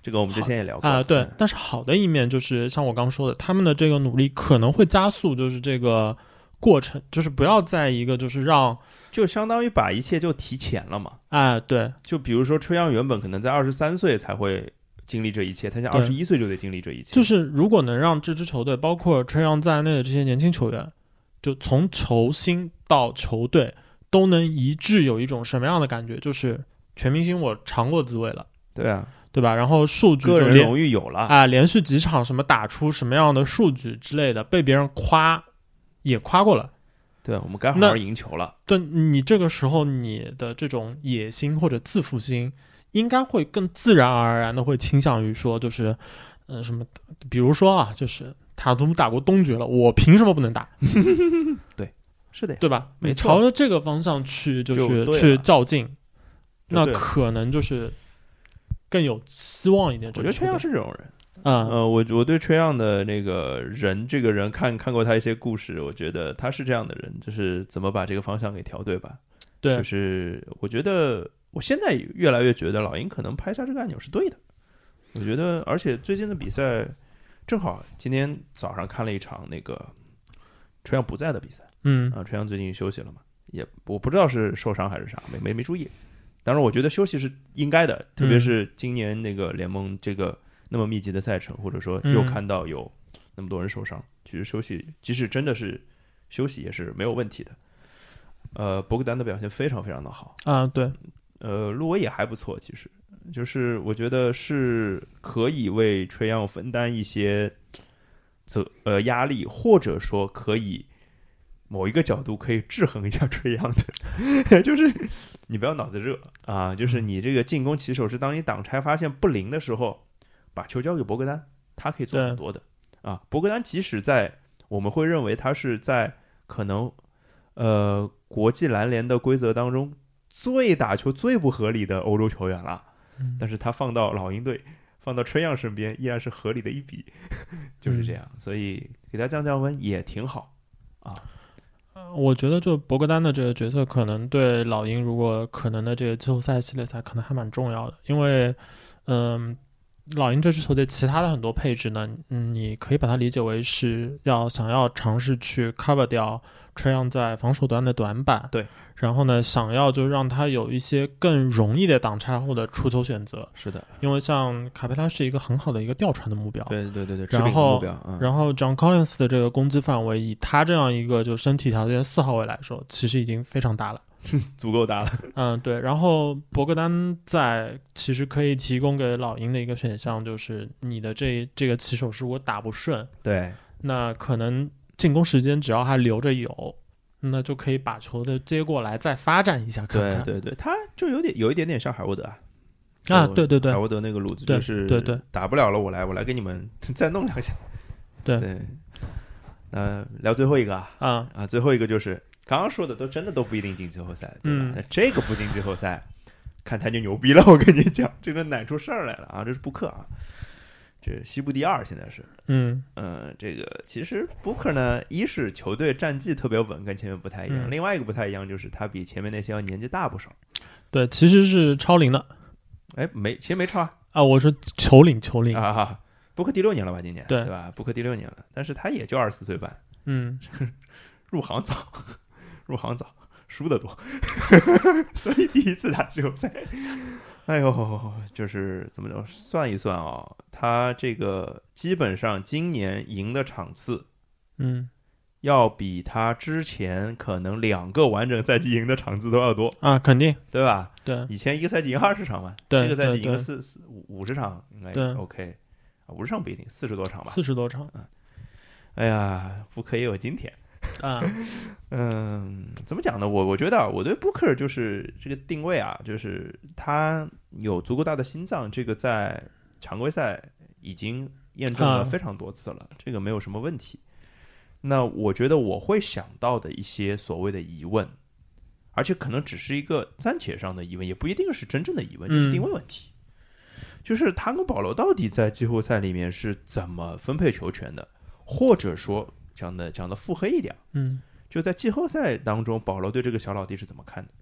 这个我们之前也聊过啊、对嗯，但是好的一面就是像我刚说的，他们的这个努力可能会加速，就是这个过程，就是不要在一个就是让就相当于把一切就提前了嘛。啊、对就比如说吹杨原本可能在二十三岁才会经历这一切，他现在二对十一岁就得经历这一切，就是如果能让这支球队，包括 t r 在内的这些年轻球员，就从球星到球队都能一致有一种什么样的感觉？就是全明星我尝过滋味了，对啊，对吧？然后数据就个人连荣誉有了，啊、连续几场什么打出什么样的数据之类的，被别人夸也夸过了。对，我们该好那好赢球了，对你这个时候你的这种野心或者自负心，应该会更自然而然的会倾向于说，就是，呃，什么，比如说啊，就是塔图姆打过东决了，我凭什么不能打，是的呀，对吧？没你错朝着这个方向去，就就是对去了较劲，就那对了可能就是更有希望一点。我这觉得个球吹队杨是这种人，啊，呃，我我对吹杨的那个人，这个人看看过他一些故事，我觉得他是这样的人，就是怎么把这个方向给调对吧？对就，是我觉得我现在越来越觉得老鹰可能拍下这个按钮是对的。我觉得，而且最近的比赛正好今天早上看了一场那个吹杨不在的比赛嗯，啊，吹杨最近休息了嘛，也我不知道是受伤还是啥，没没没注意。当然，我觉得休息是应该的，特嗯别是今年那个联盟这个那么密集的赛程，或者说又嗯看到有那么多人受伤，其实休息即使真的是休息也是没有问题的。呃，博格丹的表现非常非常的好，啊，对，呃，路威也还不错，其实就是我觉得是可以为 t r e y o n 分担一些责呃压力，或者说可以某一个角度可以制衡一下 t r e y o n 的， 就是你不要脑子热啊，就是你这个进攻起手是当你挡拆发现不灵的时候，把球交给博格丹，他可以做对很多的啊。博格丹即使在我们会认为他是在可能呃国际篮联的规则当中最打球最不合理的欧洲球员了，嗯但是他放到老鹰队，放到春样身边依然是合理的一笔， 就是嗯这样，所以给他降降温也挺好啊。我觉得就博格丹的这个角色，可能对老鹰如果可能的这个季后赛系列赛，可能还蛮重要的，因为，嗯，老鹰这支球队其他的很多配置呢，嗯，你可以把它理解为是要想要尝试去 cover 掉 t r 在防守端的短板，对，然后呢，想要就让他有一些更容易的挡拆后的出球选择，是的，因为像卡佩拉是一个很好的一个吊传的目标，对对对对，然吃饼的后目标，嗯，然后 John Collins 的这个攻击范围，以他这样一个就身体条件四号位来说，其实已经非常大了。足够大了，嗯，对。然后博格丹在其实可以提供给老鹰的一个选项，就是你的这这个起手如果打不顺， 对，那可能进攻时间只要还留着有，那就可以把球的接过来再发展一下看对看。对对，他就有点有一点点像海沃德啊。啊，对对对海，沃德那个路子对就是对对，打不了了，我来我来给你们 再弄两下。对对，那聊最后一个啊啊、啊，最后一个就是刚刚说的都真的都不一定进季后赛，对吧？嗯那这个不进季后赛，看他就牛逼了，我跟你讲，这个奶出事儿来了啊，这是布克啊，这是西部第二现在是。嗯嗯，这个其实 Booker 呢，一是球队战绩特别稳，跟前面不太一样；嗯另外一个不太一样就是他比前面那些要年纪大不少。对，其实是超龄的哎，没，其实没差啊啊，我说球龄球龄，啊哈。布克第六年了吧？今年对吧？布克第六年了，但是他也就二十四岁半，嗯，入行早，入行早，输的多， 所以第一次打季后赛，哎呦，就是怎么讲？算一算啊、他这个基本上今年赢的场次嗯要比他之前可能两个完整赛季赢的场次都要多，啊，肯定对吧？对，以前一个赛季赢二十场嘛，对这个赛对季赢了对四四五五十场，应该对 OK，五啊十场不一定，四十多场吧。四十多场哎呀，不可以有今天。啊，嗯，怎么讲呢？我我觉得啊我对 Booker 就是这个定位啊，就是他有足够大的心脏，这个在常规赛已经验证了啊非常多次了，这个没有什么问题。那我觉得我会想到的一些所谓的疑问，而且可能只是一个暂且上的疑问，也不一定是真正的疑问，就是嗯定位问题。就是他跟保罗到底在季后赛里面是怎么分配球权的，或者说讲的讲的腹黑一点啊。嗯。就在季后赛当中，保罗对这个小老弟是怎么看的？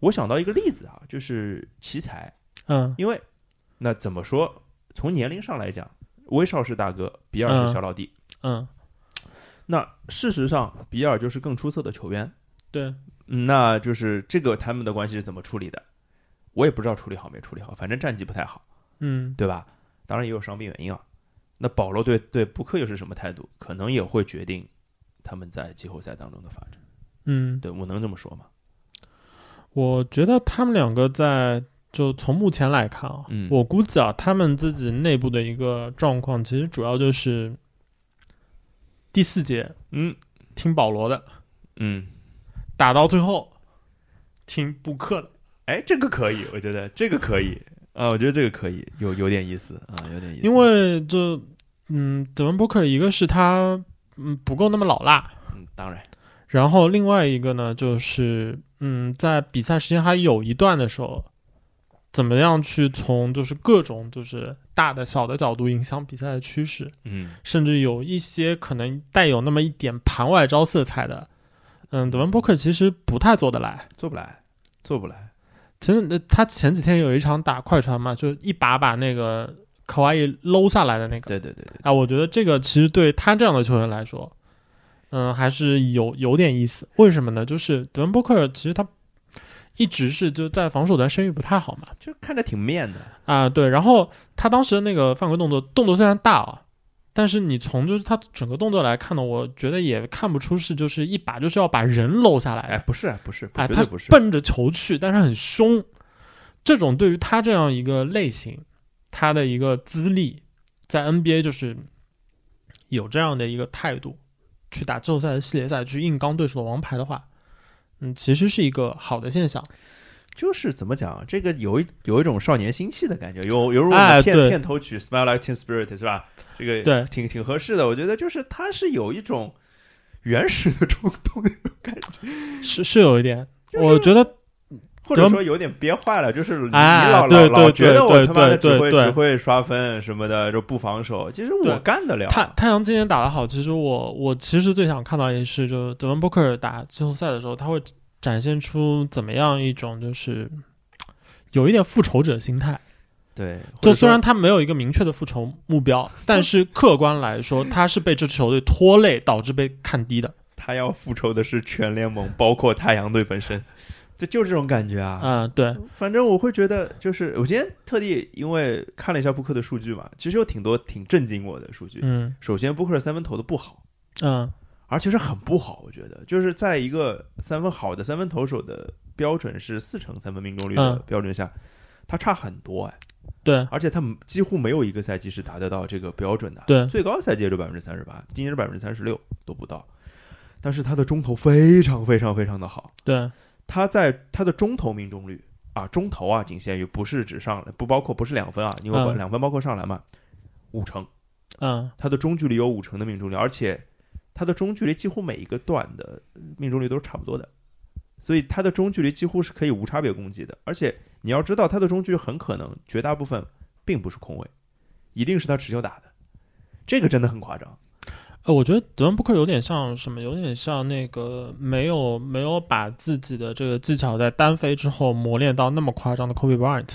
我想到一个例子啊，就是奇才，嗯因为那怎么说，从年龄上来讲，威少是大哥，比尔是小老弟。嗯，那事实上，比尔就是更出色的球员，对，嗯那就是这个他们的关系是怎么处理的？我也不知道处理好没处理好，反正战绩不太好，嗯对吧？当然也有伤病原因啊。那保罗对对布克又是什么态度？可能也会决定他们在季后赛当中的发展。嗯，对我能这么说吗？我觉得他们两个在就从目前来看啊，嗯我估计啊，他们自己内部的一个状况，其实主要就是第四节嗯听保罗的，嗯，打到最后听布克的，哎，这个可以，我觉得这个可以啊，我觉得这个可以，有有点意思啊，有点意思。因为就嗯，德文布克一个是他嗯不够那么老辣，嗯，当然，然后另外一个呢，就是嗯，在比赛时间还有一段的时候，怎么样去从就是各种就是大的小的角度影响比赛的趋势，嗯甚至有一些可能带有那么一点盘外招色彩的，嗯，德文伯克其实不太做得来。做不来，做不来。其实呃他前几天有一场打快船嘛，就一把把那个卡哇伊搂下来的那个，对对对对，哎，我觉得这个其实对他这样的球员来说，嗯，还是有有点意思。为什么呢？就是德文波克尔其实他一直是就在防守端声誉不太好嘛，就看着挺面的，啊、对。然后他当时的那个犯规动作，动作虽然大啊，但是你从就是他整个动作来看呢，我觉得也看不出是就是一把哎就是要把人搂下来的哎，不是不是，哎，绝他对不是，奔着球去，但是很凶。这种对于他这样一个类型，他的一个资历，在 NBA 就是有这样的一个态度，去打季后赛的系列赛，去硬刚对手的王牌的话，嗯，其实是一个好的现象。就是怎么讲，啊这个有一有一种少年心气的感觉，有有如我哎们片、对片头曲《Smile Like Teen Spirit》是吧？这个对挺挺合适的，我觉得就是它是有一种原始的冲动，是是有一点，就是我觉得或者说有点憋坏了，就是你哎老老对老对觉得我对他妈的对只会对只会刷分什么的，就不防守，其实我对干得了。啊太太阳今年打得好，其实我我其实最想看到也是，就是德文布克尔打季后赛的时候，他会展现出怎么样一种就是有一点复仇者心态。对，或就者虽说然他没有一个明确的复仇 目标，但是客观来说，他是被这支球队拖累，导致被看低的。他要复仇的是全联盟，包括太阳队本身，这就是这种感觉啊。嗯，对，反正我会觉得，就是我今天特地因为看了一下布克的数据嘛，其实有挺多挺震惊我的数据。嗯首先，布克的三分投的不好，嗯而且是很不好。我觉得，就是在一个三分好的三分投手的标准是四成三分命中率的嗯标准下，他差很多哎。对而且他们几乎没有一个赛季是达得到这个标准的。对最高赛季也就百分之三十八，今年是百分之三十六都不到。但是他的中投非常非常非常的好，对他在他的中投命中率啊，中投啊仅限于不是指上不包括不是两分啊，因为嗯两分包括上篮嘛，五成，嗯他的中距离有五成的命中率，而且他的中距离几乎每一个段的呃命中率都是差不多的，所以他的中距离几乎是可以无差别攻击的。而且你要知道，他的中距离很可能绝大部分并不是空位，一定是他持球打的，这个真的很夸张。呃，我觉得德文布克有点像什么？有点像那个没有没有把自己的这个技巧在单飞之后磨练到那么夸张的 Kobe Bryant，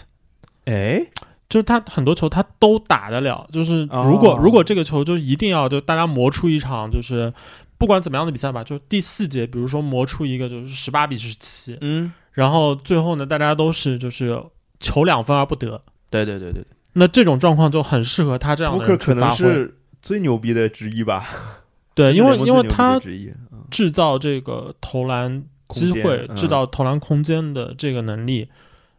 哎，就是他很多球他都打得了。就是如果、哦如果这个球就是一定要就大家磨出一场就是不管怎么样的比赛吧，就是第四节，比如说磨出一个就是十八比十七，嗯，然后最后呢大家都是就是求两分而不得，对对对对对，那这种状况就很适合他这样布的克人去可发能挥。是最牛逼的之一吧，对，因为联盟最因为牛逼他的之一嗯制造这个投篮机会、空间嗯制造投篮空间的这个能力，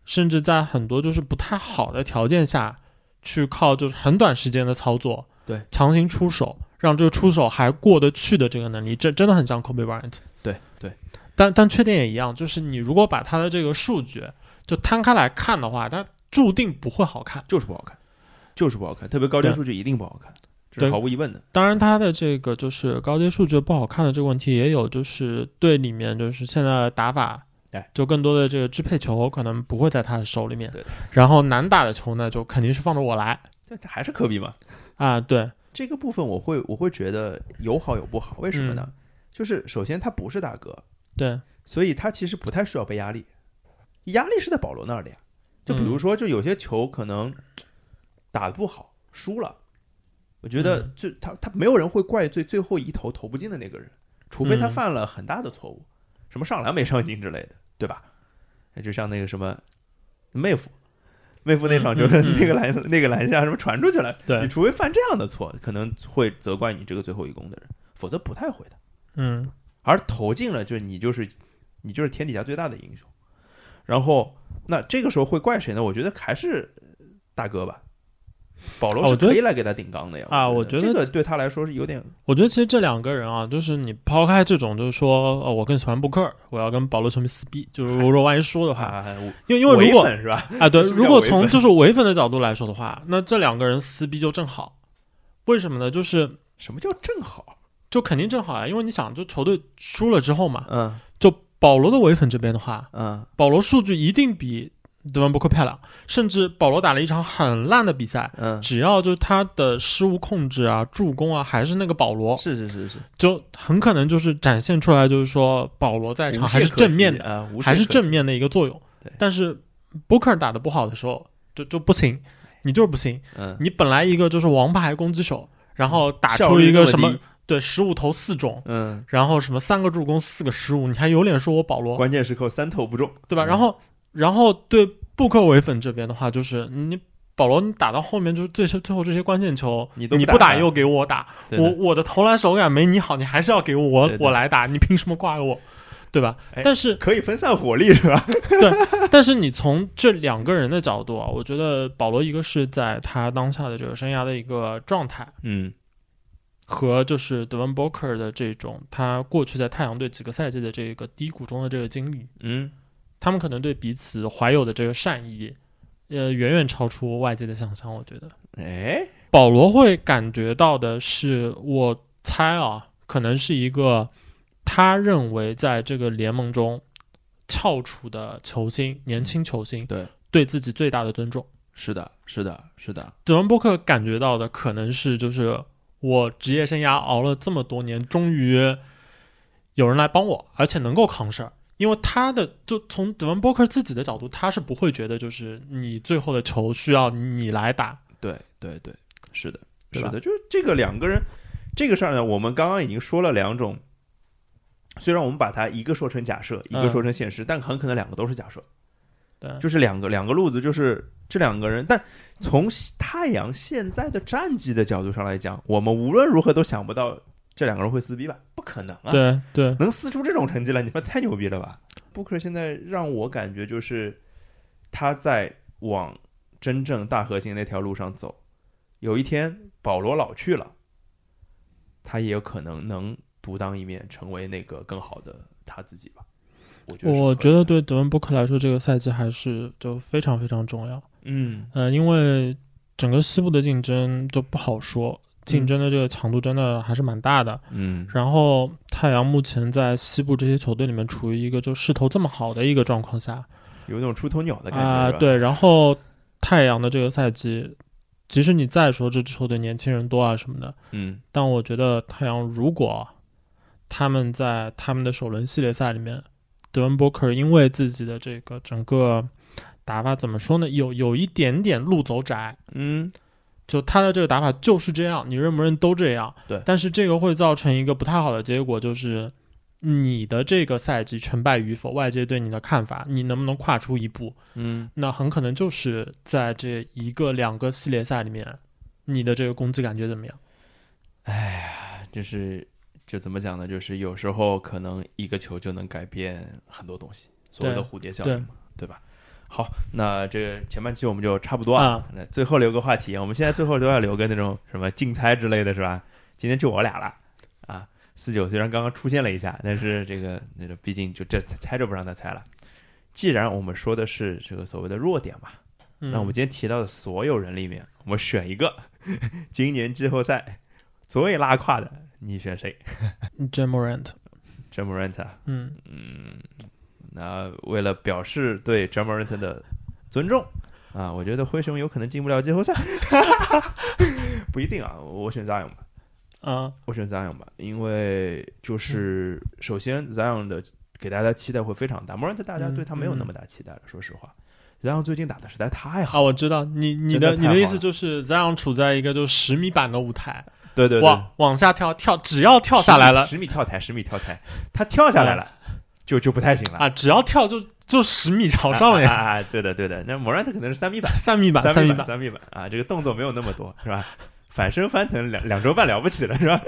甚至在很多就是不太好的条件下，去靠就是很短时间的操作，对，强行出手，让这个出手还过得去的这个能力，这真的很像 Kobe Bryant。对对，但但缺点也一样，就是你如果把他的这个数据就摊开来看的话，他注定不会好看。就是不好看，就是不好看，特别高阶对数据一定不好看，这是对毫无疑问的。当然，它的这个就是高阶数据不好看的这个问题，也有就是队里面就是现在的打法对，就更多的这个支配球可能不会在他的手里面哎对，然后难打的球呢，就肯定是放着我来但这还是科比嘛，啊，对，这个部分我会我会觉得有好有不好，为什么呢？嗯就是首先他不是大哥，对，所以他其实不太需要被压力，压力是在保罗那儿的呀。就比嗯如说，就有些球可能打得不好，输了，我觉得嗯就他他没有人会怪罪最后一投投不进的那个人，除非他嗯犯了很大的错误，什么上篮没上进之类的，对吧？就像那个什么妹夫。妹夫那场就是嗯嗯 嗯那个篮、那个篮下什么传出去了，对 你除非犯这样的错，可能会责怪你这个最后一攻的人，否则不太会的。嗯而投进了，就是你就是你就是天底下最大的英雄。然后那这个时候会怪谁呢？我觉得还是呃大哥吧，保罗啊是我觉得可以来给他顶缸的呀。啊我我觉得这个对他来说是有点我觉得其实这两个人啊，就是你抛开这种，就是说，呃，我更喜欢布克尔，我要跟保罗球迷撕逼，就是如果万一输的话，啊，因为因为如唯果粉是吧？啊，对，是不是如要果唯从粉就是唯粉的角度来说的话，那这两个人撕逼就正好，为什么呢？就是。什么叫正好？就肯定正好啊，因为你想，就球队输了之后嘛，嗯就保罗的唯粉这边的话，嗯，保罗数据一定比德文布克漂亮，甚至保罗打了一场很烂的比赛，嗯，只要就是他的失误控制啊、助攻啊，还是那个保罗，是是是是，就很可能就是展现出来，就是说保罗在场还是正面的，的啊，无懈还是可击正。面的一个作用对。但是布克打的不好的时候，就就不行，你就是不行，嗯，你本来一个就是王牌攻击手，然后打效出率一个这什么么低？对十五投四中。嗯，然后什么三个助攻四个失误，你还有脸说我保罗关键时刻三投不中，对吧？嗯然后然后对布克维粉这边的话，就是你保罗你打到后面就是最最后这些关键球，你你都不打不打又给我打，对的我我的投篮手感没你好，你还是要给我对的我来打，你凭什么挂我？对吧哎？但是可以分散火力是吧？但是你从这两个人的角度啊，我觉得保罗一个是在他当下的这个生涯的一个状态，嗯和就是德文 b 克 k e r 的这种他过去在太阳队几个赛季的这个低谷中的这个经历，嗯，他们可能对彼此怀有的这个善意，呃，远远超出外界的想象。我觉得哎，保罗会感觉到的是，我猜啊，可能是一个他认为在这个联盟中翘楚的球星，年轻球星对，对自己最大的尊重。是的，是的，是的，德文波克感觉到的可能是，就是我职业生涯熬了这么多年，终于有人来帮我，而且能够扛事儿。因为他的就从德文波克自己的角度，他是不会觉得就是你最后的球需要你来打，对对对，是的，对是吧的，就是这个两个人这个事儿呢，我们刚刚已经说了两种，虽然我们把它一个说成假设，一个嗯说成现实，但很可能两个都是假设，对，就是两个两个路子，就是这两个人，但。从太阳现在的战绩的角度上来讲，我们无论如何都想不到这两个人会撕逼吧？不可能啊！对对能撕出这种成绩来，你们太牛逼了吧！布克现在让我感觉就是他在往真正大核心那条路上走。有一天保罗老去了，他也有可能能独当一面，成为那个更好的他自己吧。我觉得是可以的，我觉得对德文波克来说，这个赛季还是就非常非常重要。嗯，呃，因为整个西部的竞争就不好说，竞争的这个强度真的还是蛮大的。嗯然后太阳目前在西部这些球队里面处于一个就势头这么好的一个状况下啊、有那种出头鸟的感觉是吧，对。然后太阳的这个赛季，即使你再说这支球队年轻人多啊什么的，嗯但我觉得太阳如果他们在他们的首轮系列赛里面，德文伯克尔因为自己的这个整个打法怎么说呢，有有一点点路走窄，嗯，就他的这个打法就是这样，你认不认都这样。对但是这个会造成一个不太好的结果，就是你的这个赛季成败与否，外界对你的看法，你能不能跨出一步，嗯那很可能就是在这一个两个系列赛里面，你的这个攻击感觉怎么样？就是就怎么讲呢？就是有时候可能一个球就能改变很多东西，所谓的蝴蝶效应嘛，对吧？好，那这前半期我们就差不多啊。那最后留个话题，我们现在最后都要留个那种什么竞猜之类的是吧？今天就我俩了啊。四九虽然刚刚出现了一下，但是这个那个毕竟就这猜猜着不让他猜了。既然我们说的是这个所谓的弱点嘛，嗯、那我们今天提到的所有人里面，我们选一个， 今年季后赛所有拉胯的，你选谁 j a m o r a n t j a m o r a n t 嗯，嗯，那为了表示对 j a m o r a n t 的尊重啊，我觉得灰熊有可能进不了季后赛， 不一定啊，我选 Zion 吧，啊，我选 Zion 吧，因为就是首先 Zion 的给大家期待会非常大 m o r a n t 大家对他没有那么大期待了，说实话，Zion 最近打的实在太好好，了，我知道你你真的的太你的意好思了就是，Zion 处在一个就十米板的舞台，对对对，往往下跳跳，只要跳下来了十米十米跳台，十米跳台，他跳下来了，就就不太行了。啊，只要跳就就十米朝上了啊呀，啊啊对的对的，那莫兰特可能是三米板，三米板三三米板。三米板啊，这个动作没有那么多，是吧？反身翻腾两两周半了不起了，是吧？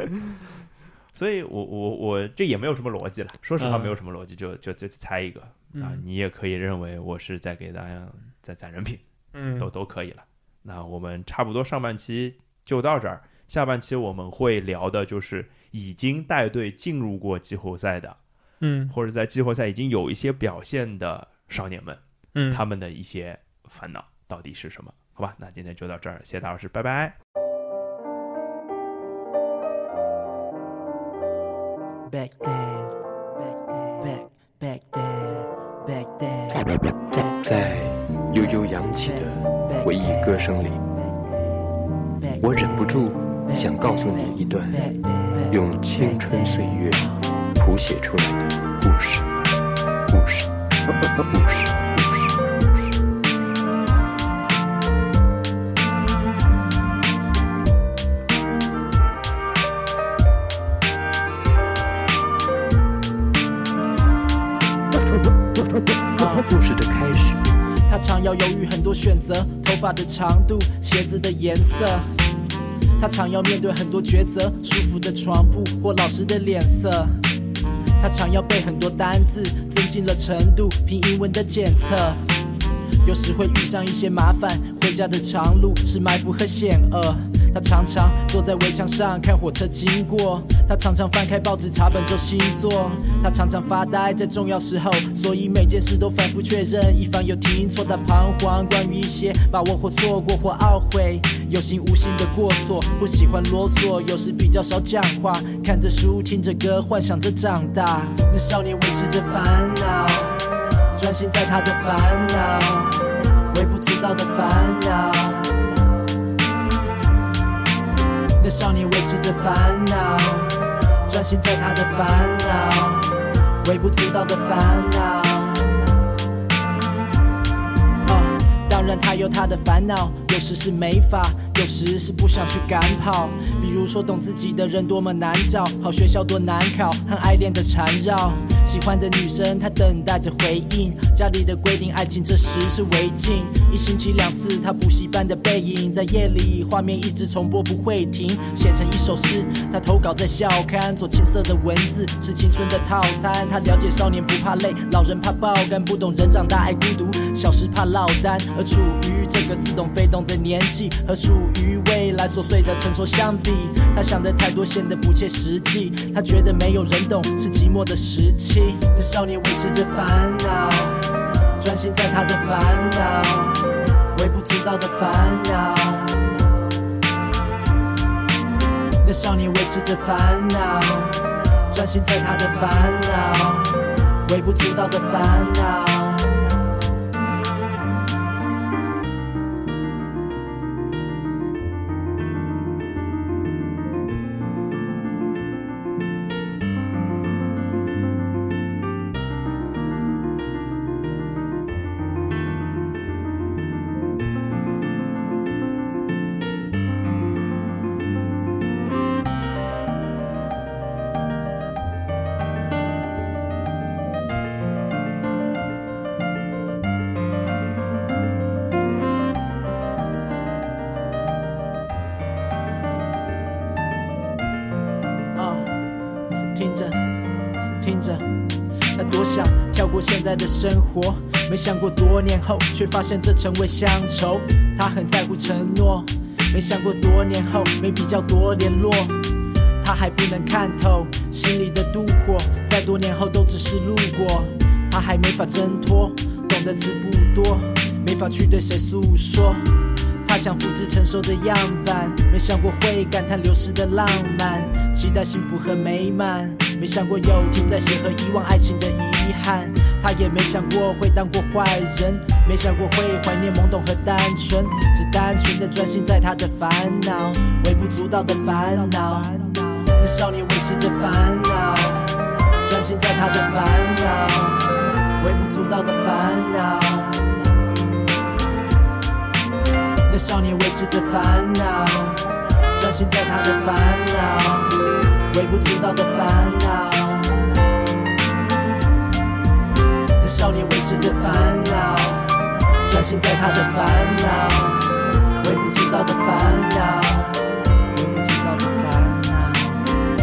所以我我我这也没有什么逻辑了，说实话嗯没有什么逻辑，就就就猜一个啊，嗯你也可以认为我是在给大家在攒人品，嗯，都都可以了。那我们差不多上半期就到这儿，下半期我们会聊的就是已经带队进入过季后赛的嗯或者在季后赛已经有一些表现的少年们，嗯，他们的一些烦恼到底是什么？好吧，那今天就到这儿，谢谢大老师，拜拜。 Back then, back, back then, back then, back 在 then, 悠悠扬起的回忆歌声里， back 我忍不住 then, 想告诉你一段 back then, 用青春岁月谱写出来的故事，故事，故事，故事。故事的开始，他常要犹豫很多选择，头发的长度、鞋子的颜色。他常要面对很多抉择，舒服的床铺或老师的脸色。他常要背很多单字，增进了程度，凭英文的检测。有时会遇上一些麻烦，回家的长路是埋伏和险恶。他常常坐在围墙上看火车经过，他常常翻开报纸查本周星座，他常常发呆在重要时候，所以每件事都反复确认，以防有听错的彷徨。关于一些把握或错过或懊悔，有形无形的过错，不喜欢啰嗦，有时比较少讲话，看着书听着歌，幻想着长大。那少年维持着烦恼。专心在他的烦恼，微不足道的烦恼。那少年维持着烦恼，专心在他的烦恼，微不足道的烦恼。啊，当然他有他的烦恼，有时是没法，有时是不想去赶跑。比如说懂自己的人多么难找，好学校多难考，和爱恋的缠绕。喜欢的女生她等待着回应，家里的规定，爱情这时是违禁。一星期两次，他补习班的背影，在夜里画面一直重播不会停，写成一首诗，他投稿在校刊，做青涩的文字是青春的套餐。他了解少年不怕累，老人怕爆肝，不懂人长大爱孤独，小时怕落单，而处于这个似懂非懂的年纪，和属于未来琐碎的成熟相比，他想的太多显得不切实际。他觉得没有人懂是寂寞的时期，那少年维持着烦恼，专心在他的烦恼，微不足道的烦恼。那少年维持着烦恼，专心在他的烦恼，微不足道的烦恼。啊，听着，听着，他多想跳过现在的生活，没想过多年后，却发现这成为乡愁。他很在乎承诺，没想过多年后没比较多联络。他还不能看透心里的妒火，在多年后都只是路过。他还没法挣脱，懂的词不多，没法去对谁诉说。他想复制成熟的样板，没想过会感叹流逝的浪漫，期待幸福和美满，没想过有天再写和遗忘爱情的遗憾。他也没想过会当过坏人，没想过会怀念懵懂和单纯，只单纯的专心在他的烦恼，微不足道的烦恼。那少年维持着烦恼，专心在他的烦恼，微不足道的烦恼。那少年维持着烦恼，专心在他的烦恼，微不足道的烦恼。那少年维持着烦恼，专心在他的烦恼，微不足道的烦恼，微不足道的烦恼。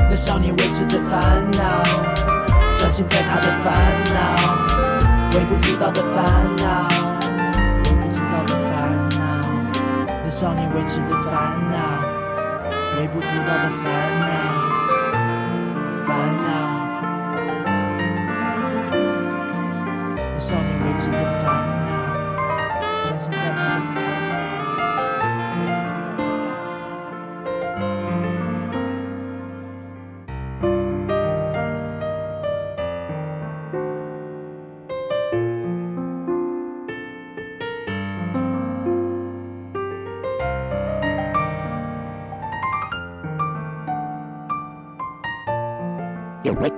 那少年维持着烦恼，专心在他的烦恼，微不足道的烦恼。微不足道的烦恼，那少年维持着烦恼，微不足道的烦恼，烦恼，那少年维持着烦恼，专心在他的烦恼，微不足道的烦恼。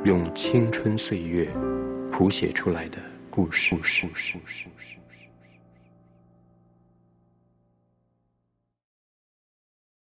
用青春岁月谱写出来的故事。故事故事故事